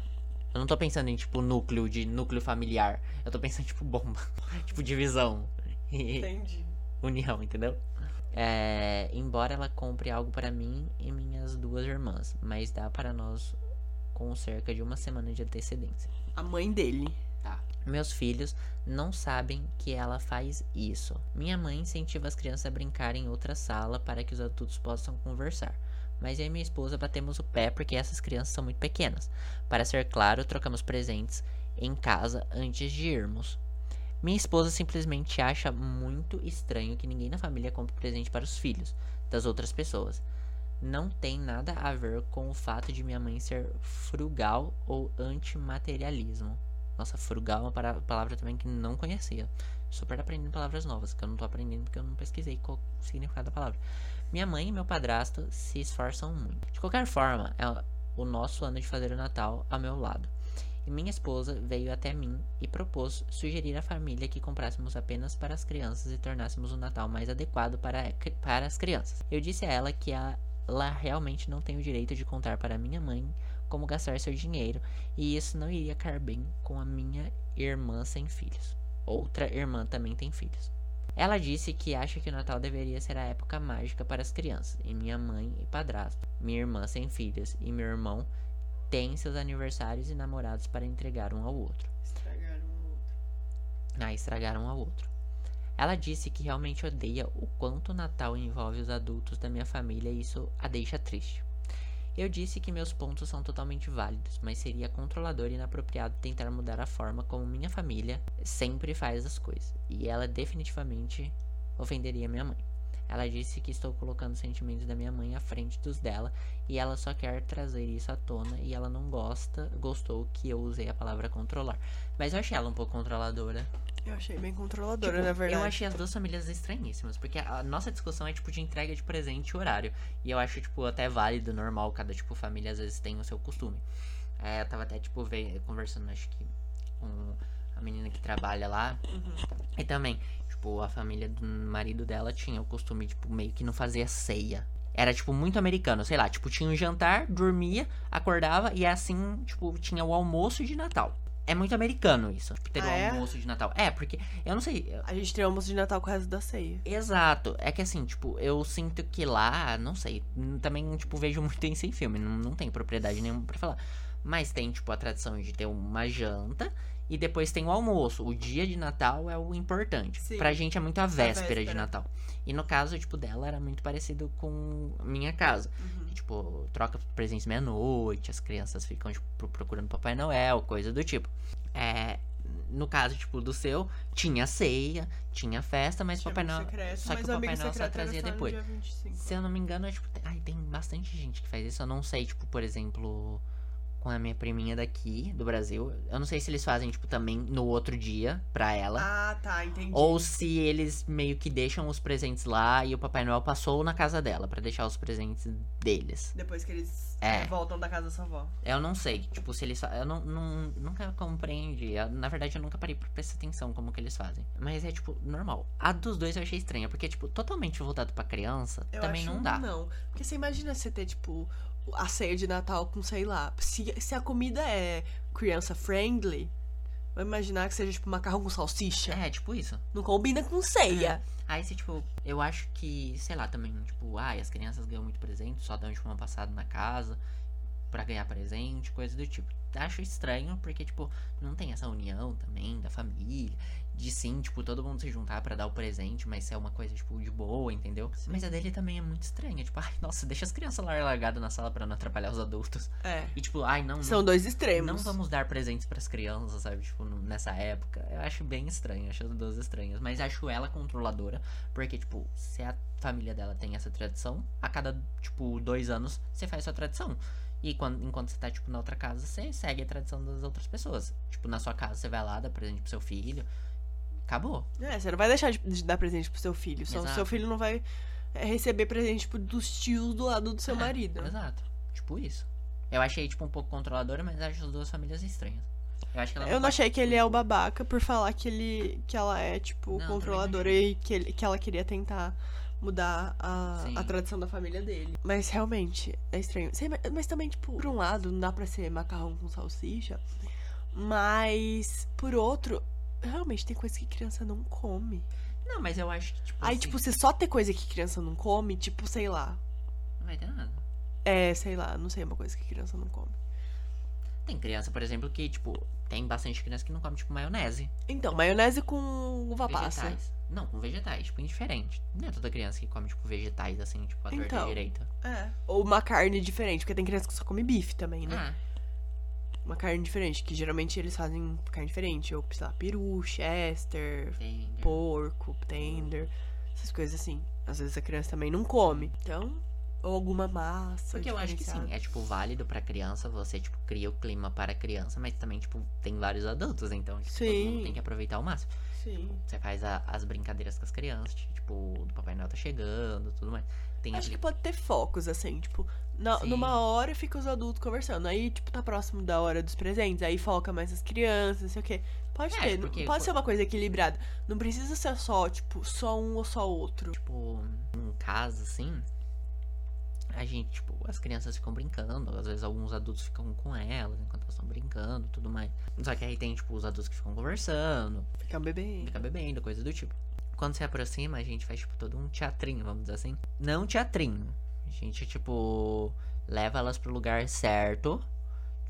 [SPEAKER 2] Eu não tô pensando em tipo núcleo de núcleo familiar. Eu tô pensando tipo bomba, tipo divisão.
[SPEAKER 1] Entendi.
[SPEAKER 2] união, entendeu? É, embora ela compre algo para mim e minhas duas irmãs, mas dá para nós com cerca de uma semana de antecedência.
[SPEAKER 1] A mãe dele.
[SPEAKER 2] Meus filhos não sabem que ela faz isso. Minha mãe incentiva as crianças a brincar em outra sala para que os adultos possam conversar. Mas eu e minha esposa batemos o pé porque essas crianças são muito pequenas. Para ser claro, trocamos presentes em casa antes de irmos. Minha esposa simplesmente acha muito estranho que ninguém na família compre presente para os filhos das outras pessoas. Não tem nada a ver com o fato de minha mãe ser frugal ou antimaterialismo. Nossa, frugal é uma para- palavra também que não conhecia. Super aprendendo palavras novas, que eu não tô aprendendo porque eu não pesquisei qual o significado da palavra. Minha mãe e meu padrasto se esforçam muito. De qualquer forma, é o nosso ano de fazer o Natal ao meu lado. E minha esposa veio até mim e propôs sugerir à família que comprássemos apenas para as crianças e tornássemos o Natal mais adequado para, a cri- para as crianças. Eu disse a ela que a- ela realmente não tem o direito de contar para minha mãe como gastar seu dinheiro e isso não iria cair bem com a minha irmã sem filhos. Outra irmã também tem filhos. Ela disse que acha que o Natal deveria ser a época mágica para as crianças, e minha mãe e padrasto, minha irmã sem filhos e meu irmão têm seus aniversários e namorados para entregar um ao outro.
[SPEAKER 1] Estragaram o outro.
[SPEAKER 2] Ah, estragaram um ao outro. Ela disse que realmente odeia o quanto o Natal envolve os adultos da minha família e isso a deixa triste. Eu disse que meus pontos são totalmente válidos, mas seria controlador e inapropriado tentar mudar a forma como minha família sempre faz as coisas, e ela definitivamente ofenderia minha mãe. Ela disse que estou colocando os sentimentos da minha mãe à frente dos dela e ela só quer trazer isso à tona e ela não gosta, gostou que eu usei a palavra controlar. Mas eu achei ela um pouco controladora.
[SPEAKER 1] Eu achei bem controladora,
[SPEAKER 2] Tipo,
[SPEAKER 1] na verdade.
[SPEAKER 2] Eu achei as duas famílias estranhíssimas, porque a nossa discussão é tipo de entrega de presente e horário. E eu acho, tipo, até válido, normal, cada tipo família às vezes tem o seu costume. É, eu tava até, tipo, ve- conversando, acho que, com a menina que trabalha lá. E também, tipo, a família do marido dela tinha o costume, tipo, meio que não fazer a ceia. Era, tipo, muito americano, sei lá, tipo, tinha um jantar, dormia, acordava e assim, tipo, tinha o almoço de Natal. É muito americano isso, tipo, ter
[SPEAKER 1] Ah, é?
[SPEAKER 2] o almoço de Natal. É, porque, eu não sei,
[SPEAKER 1] A gente tem almoço de Natal com o resto da ceia.
[SPEAKER 2] Exato. É que assim, tipo, eu sinto que lá, não sei, hum, também, tipo, vejo muito isso em filme, não, não tem propriedade nenhuma pra falar. Mas tem, tipo, a tradição de ter uma janta e depois tem o almoço. O dia de Natal é o importante.
[SPEAKER 1] Sim.
[SPEAKER 2] Pra gente é muito a véspera, de
[SPEAKER 1] véspera.
[SPEAKER 2] Natal. E no caso, tipo, dela era muito parecido com minha casa.
[SPEAKER 1] Uhum.
[SPEAKER 2] Tipo, troca presentes meia-noite, as crianças ficam, tipo, pro- procurando Papai Noel, coisa do tipo. É. No caso, tipo, do seu, tinha ceia, tinha festa, mas Papai Noel. só que o Papai Noel só trazia depois. Se eu não me engano, é, tipo, tem, ai, tem bastante gente que faz isso. Eu não sei, tipo, por exemplo, com a minha priminha daqui do Brasil. Eu não sei se eles fazem, tipo, também no outro dia pra ela.
[SPEAKER 1] Ah, tá, entendi.
[SPEAKER 2] Ou se eles meio que deixam os presentes lá e o Papai Noel passou na casa dela pra deixar os presentes deles.
[SPEAKER 1] Depois que eles
[SPEAKER 2] É.
[SPEAKER 1] eh, voltam da casa da sua avó.
[SPEAKER 2] Eu não sei, tipo, se eles. fa- Eu não, não- nunca compreendi. Eu- na verdade, eu nunca parei pra prestar atenção como que eles fazem. Mas é, tipo, normal. A dos dois eu achei estranha, porque, tipo, totalmente voltado pra criança,
[SPEAKER 1] Eu
[SPEAKER 2] também
[SPEAKER 1] acho
[SPEAKER 2] não dá.
[SPEAKER 1] Não. Porque você imagina você ter, tipo, a ceia de Natal com, sei lá, se, se a comida é criança friendly, vai imaginar que seja, tipo, macarrão com salsicha.
[SPEAKER 2] É, tipo isso.
[SPEAKER 1] Não combina com ceia.
[SPEAKER 2] Aí você, tipo, eu acho que, sei lá, também, tipo, ai, as crianças ganham muito presente, só dão, tipo, uma passada na casa pra ganhar presente, coisa do tipo. Acho estranho, porque, tipo, não tem essa união também da família, de sim, tipo, todo mundo se juntar pra dar o presente, mas é uma coisa, tipo, de boa, entendeu? Mas a dele também é muito estranha, tipo, ai, nossa, deixa as crianças lá largadas na sala pra não atrapalhar os adultos.
[SPEAKER 1] É.
[SPEAKER 2] E, tipo, ai, não, não,
[SPEAKER 1] São dois
[SPEAKER 2] não
[SPEAKER 1] extremos.
[SPEAKER 2] vamos dar presentes pras crianças, sabe? Tipo, n- nessa época. Eu acho bem estranho, acho as duas estranhas. Mas acho ela controladora, porque, tipo, se a família dela tem essa tradição, a cada, tipo, dois anos você faz sua tradição. E quando, enquanto você tá, tipo, na outra casa, você segue a tradição das outras pessoas. Tipo, na sua casa você vai lá, dá presente pro seu filho. Acabou.
[SPEAKER 1] É, você não vai deixar de, de dar presente pro seu filho. Só
[SPEAKER 2] Exato.
[SPEAKER 1] o seu filho não vai é, receber presente, tipo, dos tios do lado do seu
[SPEAKER 2] É,
[SPEAKER 1] marido. né?
[SPEAKER 2] Exato. Tipo isso. Eu achei, tipo, um pouco controladora, mas acho as duas famílias estranhas. Eu acho que ela
[SPEAKER 1] Eu não
[SPEAKER 2] pode-
[SPEAKER 1] achei que ele é o babaca por falar que ele que ela é, tipo,
[SPEAKER 2] Não,
[SPEAKER 1] controladora e que, ele- que ela queria tentar mudar a,
[SPEAKER 2] Sim.
[SPEAKER 1] a tradição da família dele. Mas realmente, é estranho. Sei, mas- Mas também, tipo, por um lado, não dá pra ser macarrão com salsicha. Mas, por outro, realmente tem coisa que criança não come.
[SPEAKER 2] Não, mas eu acho que, tipo.
[SPEAKER 1] Aí,
[SPEAKER 2] assim,
[SPEAKER 1] tipo, se só ter coisa que criança não come, tipo, sei lá.
[SPEAKER 2] Não vai ter nada.
[SPEAKER 1] É, sei lá, não sei uma coisa que criança não come.
[SPEAKER 2] Tem criança, por exemplo, que, tipo, tem bastante criança que não come, tipo, maionese.
[SPEAKER 1] Então, maionese com uva passa.
[SPEAKER 2] Vegetais. Não, com vegetais, tipo, indiferente. Não é toda criança que come, tipo, vegetais, assim, tipo, à torta
[SPEAKER 1] Então.
[SPEAKER 2] direita.
[SPEAKER 1] É. Ou uma carne diferente, porque tem criança que só come bife também, né?
[SPEAKER 2] Ah.
[SPEAKER 1] uma carne diferente, que geralmente eles fazem carne diferente, ou sei lá, peru, chester,
[SPEAKER 2] Tem.
[SPEAKER 1] porco, tender, essas coisas assim. Às vezes a criança também não come. Então, ou alguma massa.
[SPEAKER 2] Porque eu acho que sim,
[SPEAKER 1] diferenciada.
[SPEAKER 2] é tipo válido pra criança, você tipo cria o clima para a criança, mas também tipo tem vários adultos, então tipo, todo mundo
[SPEAKER 1] Sim.
[SPEAKER 2] tem que aproveitar o máximo.
[SPEAKER 1] Sim.
[SPEAKER 2] Você faz a- as brincadeiras com as crianças, tipo, do Papai Noel tá chegando, tudo mais. Tem
[SPEAKER 1] Acho que
[SPEAKER 2] aquele-
[SPEAKER 1] pode ter focos, assim, tipo, na-
[SPEAKER 2] Sim.
[SPEAKER 1] numa hora fica os adultos conversando, aí, tipo, tá próximo da hora dos presentes, aí foca mais as crianças, não sei o quê. Pode
[SPEAKER 2] É,
[SPEAKER 1] ter, não-
[SPEAKER 2] porque
[SPEAKER 1] pode
[SPEAKER 2] co-
[SPEAKER 1] ser uma coisa equilibrada. Não precisa ser só, tipo, só um ou só outro.
[SPEAKER 2] tipo, em casa, assim, a gente, tipo, as crianças ficam brincando, às vezes alguns adultos ficam com elas enquanto elas estão brincando tudo mais. Só que aí tem, tipo, os adultos que ficam conversando,
[SPEAKER 1] Fica um bebê.
[SPEAKER 2] fica bebendo, coisa do tipo. Quando se aproxima, a gente faz, tipo, todo um teatrinho, vamos dizer assim. Não teatrinho. A gente, tipo, leva elas pro lugar certo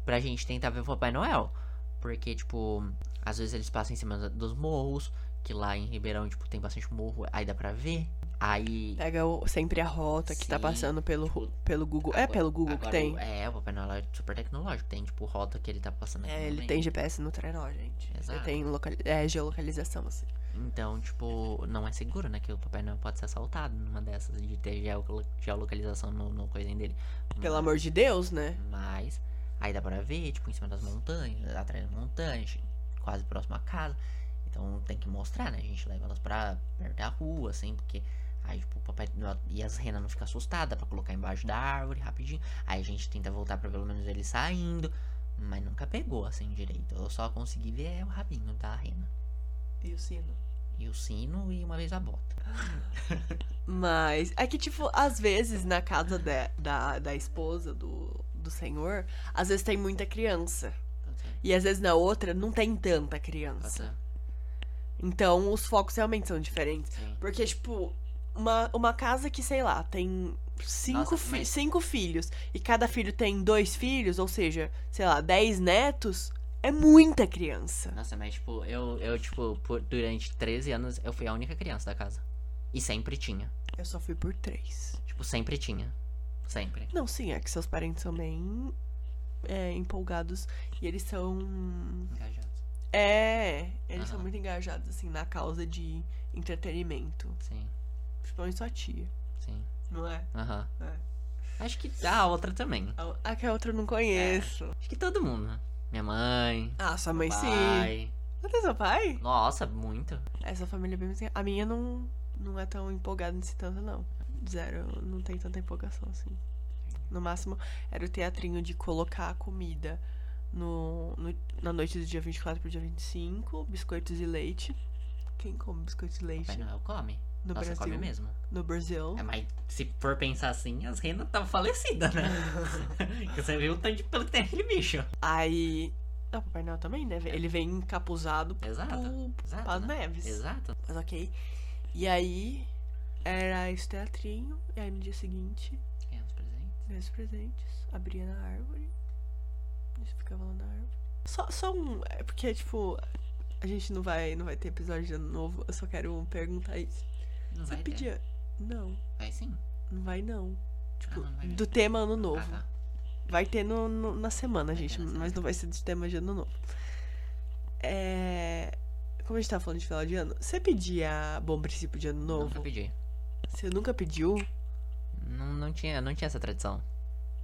[SPEAKER 2] pra gente tentar ver o Papai Noel. Porque, tipo, às vezes eles passam em cima da- dos morros, que lá em Ribeirão, tipo, tem bastante morro, aí dá pra ver. Aí.
[SPEAKER 1] Pega o- sempre a rota que tá
[SPEAKER 2] Sim,
[SPEAKER 1] passando pelo,
[SPEAKER 2] tipo,
[SPEAKER 1] pelo Google. é
[SPEAKER 2] agora-
[SPEAKER 1] pelo Google que
[SPEAKER 2] agora
[SPEAKER 1] tem.
[SPEAKER 2] o- É, o Papai Noel é super tecnológico, tem, tipo, rota que ele tá passando aqui no
[SPEAKER 1] É, ele
[SPEAKER 2] meio.
[SPEAKER 1] tem GPS no trenó, gente.
[SPEAKER 2] Exato.
[SPEAKER 1] Ele tem local... é, geolocalização, assim.
[SPEAKER 2] Então, tipo, não é seguro, né? Que o Papai Noel pode ser assaltado numa dessas de ter geolo- geolocalização no, no coisinho dele.
[SPEAKER 1] Pelo
[SPEAKER 2] Uhum.
[SPEAKER 1] amor de Deus, né?
[SPEAKER 2] Mas aí dá pra ver, tipo, em cima das montanhas, atrás das montanhas, quase próximo à casa. Então tem que mostrar, né? A gente leva elas pra perto da rua, assim, porque aí, tipo, o papai Noel e as renas não ficam assustadas pra colocar embaixo da árvore rapidinho. Aí a gente tenta voltar pra pelo menos ele saindo. Mas nunca pegou assim direito. Eu só consegui ver é o rabinho da rena.
[SPEAKER 1] E o sino.
[SPEAKER 2] E o sino e uma vez a bota.
[SPEAKER 1] Mas é que, tipo, às vezes na casa da, da, da esposa do, do senhor, às vezes tem muita criança. E às vezes na outra não tem tanta criança. Então os focos realmente são diferentes.
[SPEAKER 2] Sim.
[SPEAKER 1] Porque, tipo, uma, uma casa que, sei lá, tem cinco,
[SPEAKER 2] Nossa,
[SPEAKER 1] fi-
[SPEAKER 2] mas-
[SPEAKER 1] cinco filhos e cada filho tem dois filhos, ou seja, sei lá, dez netos, é muita criança.
[SPEAKER 2] Nossa, mas tipo, eu, eu tipo, por- durante 13 anos eu fui a única criança da casa. E sempre tinha.
[SPEAKER 1] Eu só fui por três.
[SPEAKER 2] Tipo, sempre tinha. Sempre.
[SPEAKER 1] Não, sim, é que seus parentes são bem é, empolgados e eles são.
[SPEAKER 2] Engajados.
[SPEAKER 1] É, eles são
[SPEAKER 2] Aham.
[SPEAKER 1] muito engajados, assim, na causa de entretenimento.
[SPEAKER 2] Sim,
[SPEAKER 1] Principalmente sua tia,
[SPEAKER 2] sim.
[SPEAKER 1] não é?
[SPEAKER 2] Aham.
[SPEAKER 1] É.
[SPEAKER 2] Acho que a outra também.
[SPEAKER 1] A- A que a
[SPEAKER 2] É.
[SPEAKER 1] outra eu não conheço.
[SPEAKER 2] Acho que todo mundo. né? Minha mãe.
[SPEAKER 1] Ah, sua mãe sim.
[SPEAKER 2] pai.
[SPEAKER 1] Até seu pai?
[SPEAKER 2] Nossa, muito.
[SPEAKER 1] Essa família é bem mais- A minha não, não é tão empolgada nesse tanto, não. Zero, não tem tanta empolgação assim. No máximo, era o teatrinho de colocar a comida no, no- na noite do dia 24 pro dia 25, biscoitos e leite. Quem come biscoitos e leite
[SPEAKER 2] Papai Noel come.
[SPEAKER 1] no
[SPEAKER 2] Nossa,
[SPEAKER 1] Brasil? Uh.
[SPEAKER 2] come mesmo.
[SPEAKER 1] No Brasil.
[SPEAKER 2] É, mas se for pensar assim, as renas estavam falecidas, né? Porque você viu o tanto de pelo que tem aquele bicho.
[SPEAKER 1] Aí. Não, o Papai Noel também, né?
[SPEAKER 2] É.
[SPEAKER 1] Ele vem encapuzado
[SPEAKER 2] Exato.
[SPEAKER 1] pro
[SPEAKER 2] Exato.
[SPEAKER 1] Paz
[SPEAKER 2] né?
[SPEAKER 1] Neves.
[SPEAKER 2] Exato.
[SPEAKER 1] Mas ok. E aí, era esse teatrinho. E aí no dia seguinte,
[SPEAKER 2] Quem é os presentes?
[SPEAKER 1] ganhei os presentes, abria na árvore. Isso ficava lá na árvore. Só, só um. É porque, tipo, a gente não vai, não vai ter episódio de ano novo. Eu só quero perguntar isso.
[SPEAKER 2] Não
[SPEAKER 1] Você
[SPEAKER 2] vai ter.
[SPEAKER 1] pedia. Não,
[SPEAKER 2] Vai sim.
[SPEAKER 1] não vai não. Tipo,
[SPEAKER 2] não vai mesmo.
[SPEAKER 1] do tema ano novo.
[SPEAKER 2] Ah, tá.
[SPEAKER 1] Vai ter no, no- na semana,
[SPEAKER 2] Vai ter
[SPEAKER 1] gente,
[SPEAKER 2] na
[SPEAKER 1] mas
[SPEAKER 2] semana.
[SPEAKER 1] não vai ser de tema de ano novo. É... Como a gente tava falando de final de ano, você pedia bom princípio de ano novo?
[SPEAKER 2] Nunca pedi.
[SPEAKER 1] Você nunca pediu?
[SPEAKER 2] Não, não, tinha, não tinha essa tradição.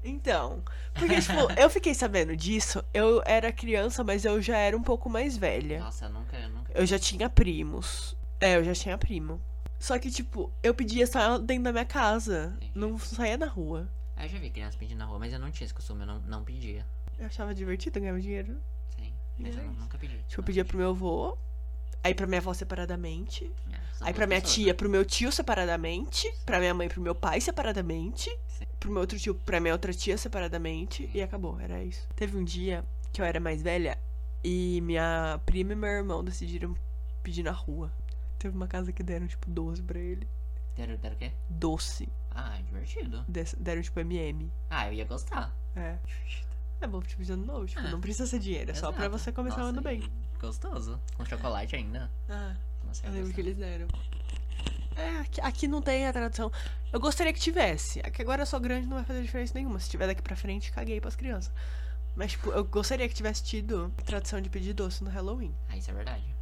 [SPEAKER 1] Então, porque, tipo, eu fiquei sabendo disso, eu era criança, mas eu já era um pouco mais velha.
[SPEAKER 2] Nossa, eu nunca, eu nunca.
[SPEAKER 1] Eu já tinha primos. É, eu já tinha primo. Só que, tipo, eu pedia só dentro da minha casa.
[SPEAKER 2] Entendi.
[SPEAKER 1] Não saía na rua.
[SPEAKER 2] Ah, eu já vi criança pedindo na rua, mas eu não tinha esse costume, eu não, não pedia.
[SPEAKER 1] Eu achava divertido ganhar dinheiro.
[SPEAKER 2] Sim. Mas eu
[SPEAKER 1] Yes.
[SPEAKER 2] não- nunca pedi.
[SPEAKER 1] Tipo, eu
[SPEAKER 2] Não.
[SPEAKER 1] pedia pro meu avô, aí pra minha avó separadamente,
[SPEAKER 2] É, são
[SPEAKER 1] Aí
[SPEAKER 2] duas
[SPEAKER 1] pra minha
[SPEAKER 2] pessoas,
[SPEAKER 1] tia,
[SPEAKER 2] né?
[SPEAKER 1] pro meu tio separadamente, pra minha mãe, pro meu pai separadamente,
[SPEAKER 2] Sim.
[SPEAKER 1] pro meu outro tio, pra minha outra tia separadamente e acabou, era isso. Teve um dia que eu era mais velha e minha prima e meu irmão decidiram pedir na rua. Teve uma casa que deram tipo doce pra ele,
[SPEAKER 2] Deram, deram o quê?
[SPEAKER 1] doce,
[SPEAKER 2] Ah, divertido.
[SPEAKER 1] Des- deram tipo MM.
[SPEAKER 2] Ah, eu ia gostar.
[SPEAKER 1] É. É bom tipo de ano novo, tipo,
[SPEAKER 2] É.
[SPEAKER 1] não precisa ser dinheiro, é só pra
[SPEAKER 2] Exato.
[SPEAKER 1] você começar o
[SPEAKER 2] Nossa,
[SPEAKER 1] ano bem.
[SPEAKER 2] e Gostoso. Com chocolate ainda.
[SPEAKER 1] Ah.
[SPEAKER 2] Nossa,
[SPEAKER 1] Eu
[SPEAKER 2] eu
[SPEAKER 1] lembro que
[SPEAKER 2] gostava.
[SPEAKER 1] eles deram. É, aqui, aqui não tem a tradução. Eu É gostaria que tivesse. Aqui agora eu sou grande, não vai fazer diferença nenhuma. Se tiver daqui pra frente, caguei pras crianças. Mas, tipo, eu gostaria que tivesse tido tradição de pedir doce no Halloween.
[SPEAKER 2] Ah, isso é verdade.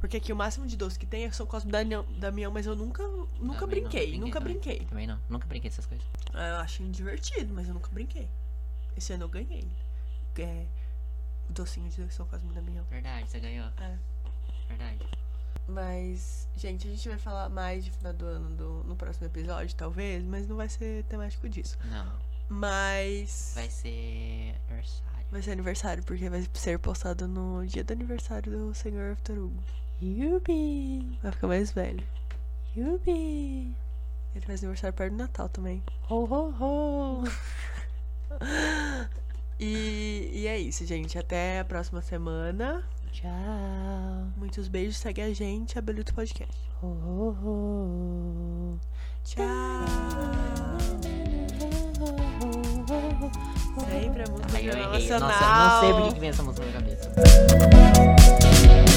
[SPEAKER 1] Porque aqui o máximo de doce que tem é só o Cosme Daniel- Damião, mas eu nunca, nunca
[SPEAKER 2] Também não,
[SPEAKER 1] brinquei, nunca
[SPEAKER 2] também.
[SPEAKER 1] brinquei.
[SPEAKER 2] Também não. Nunca brinquei dessas coisas.
[SPEAKER 1] Ah, Eu achei divertido, mas eu nunca brinquei. Esse ano eu ganhei. É, docinho de São Cosme e Damião.
[SPEAKER 2] Verdade, você ganhou.
[SPEAKER 1] É.
[SPEAKER 2] Verdade.
[SPEAKER 1] Mas, gente, a gente vai falar mais de final do ano do- no próximo episódio, talvez, mas não vai ser temático disso.
[SPEAKER 2] Não.
[SPEAKER 1] Mas
[SPEAKER 2] Vai ser aniversário.
[SPEAKER 1] vai ser aniversário, porque vai ser postado no dia do aniversário do senhor Vitor Hugo. Yubi! Vai ficar mais velho. Yubi! Ele faz aniversário perto do Natal também. Ho, ho, ho! e, e é isso, gente. Até a próxima semana.
[SPEAKER 2] Tchau.
[SPEAKER 1] Muitos beijos. Segue a gente, Abelito Podcast.
[SPEAKER 2] Oh, oh,
[SPEAKER 1] Tchau! Sempre a música
[SPEAKER 2] Aí eu errei.
[SPEAKER 1] nacional.
[SPEAKER 2] Nossa, eu não sei por que que vem essa música na minha cabeça.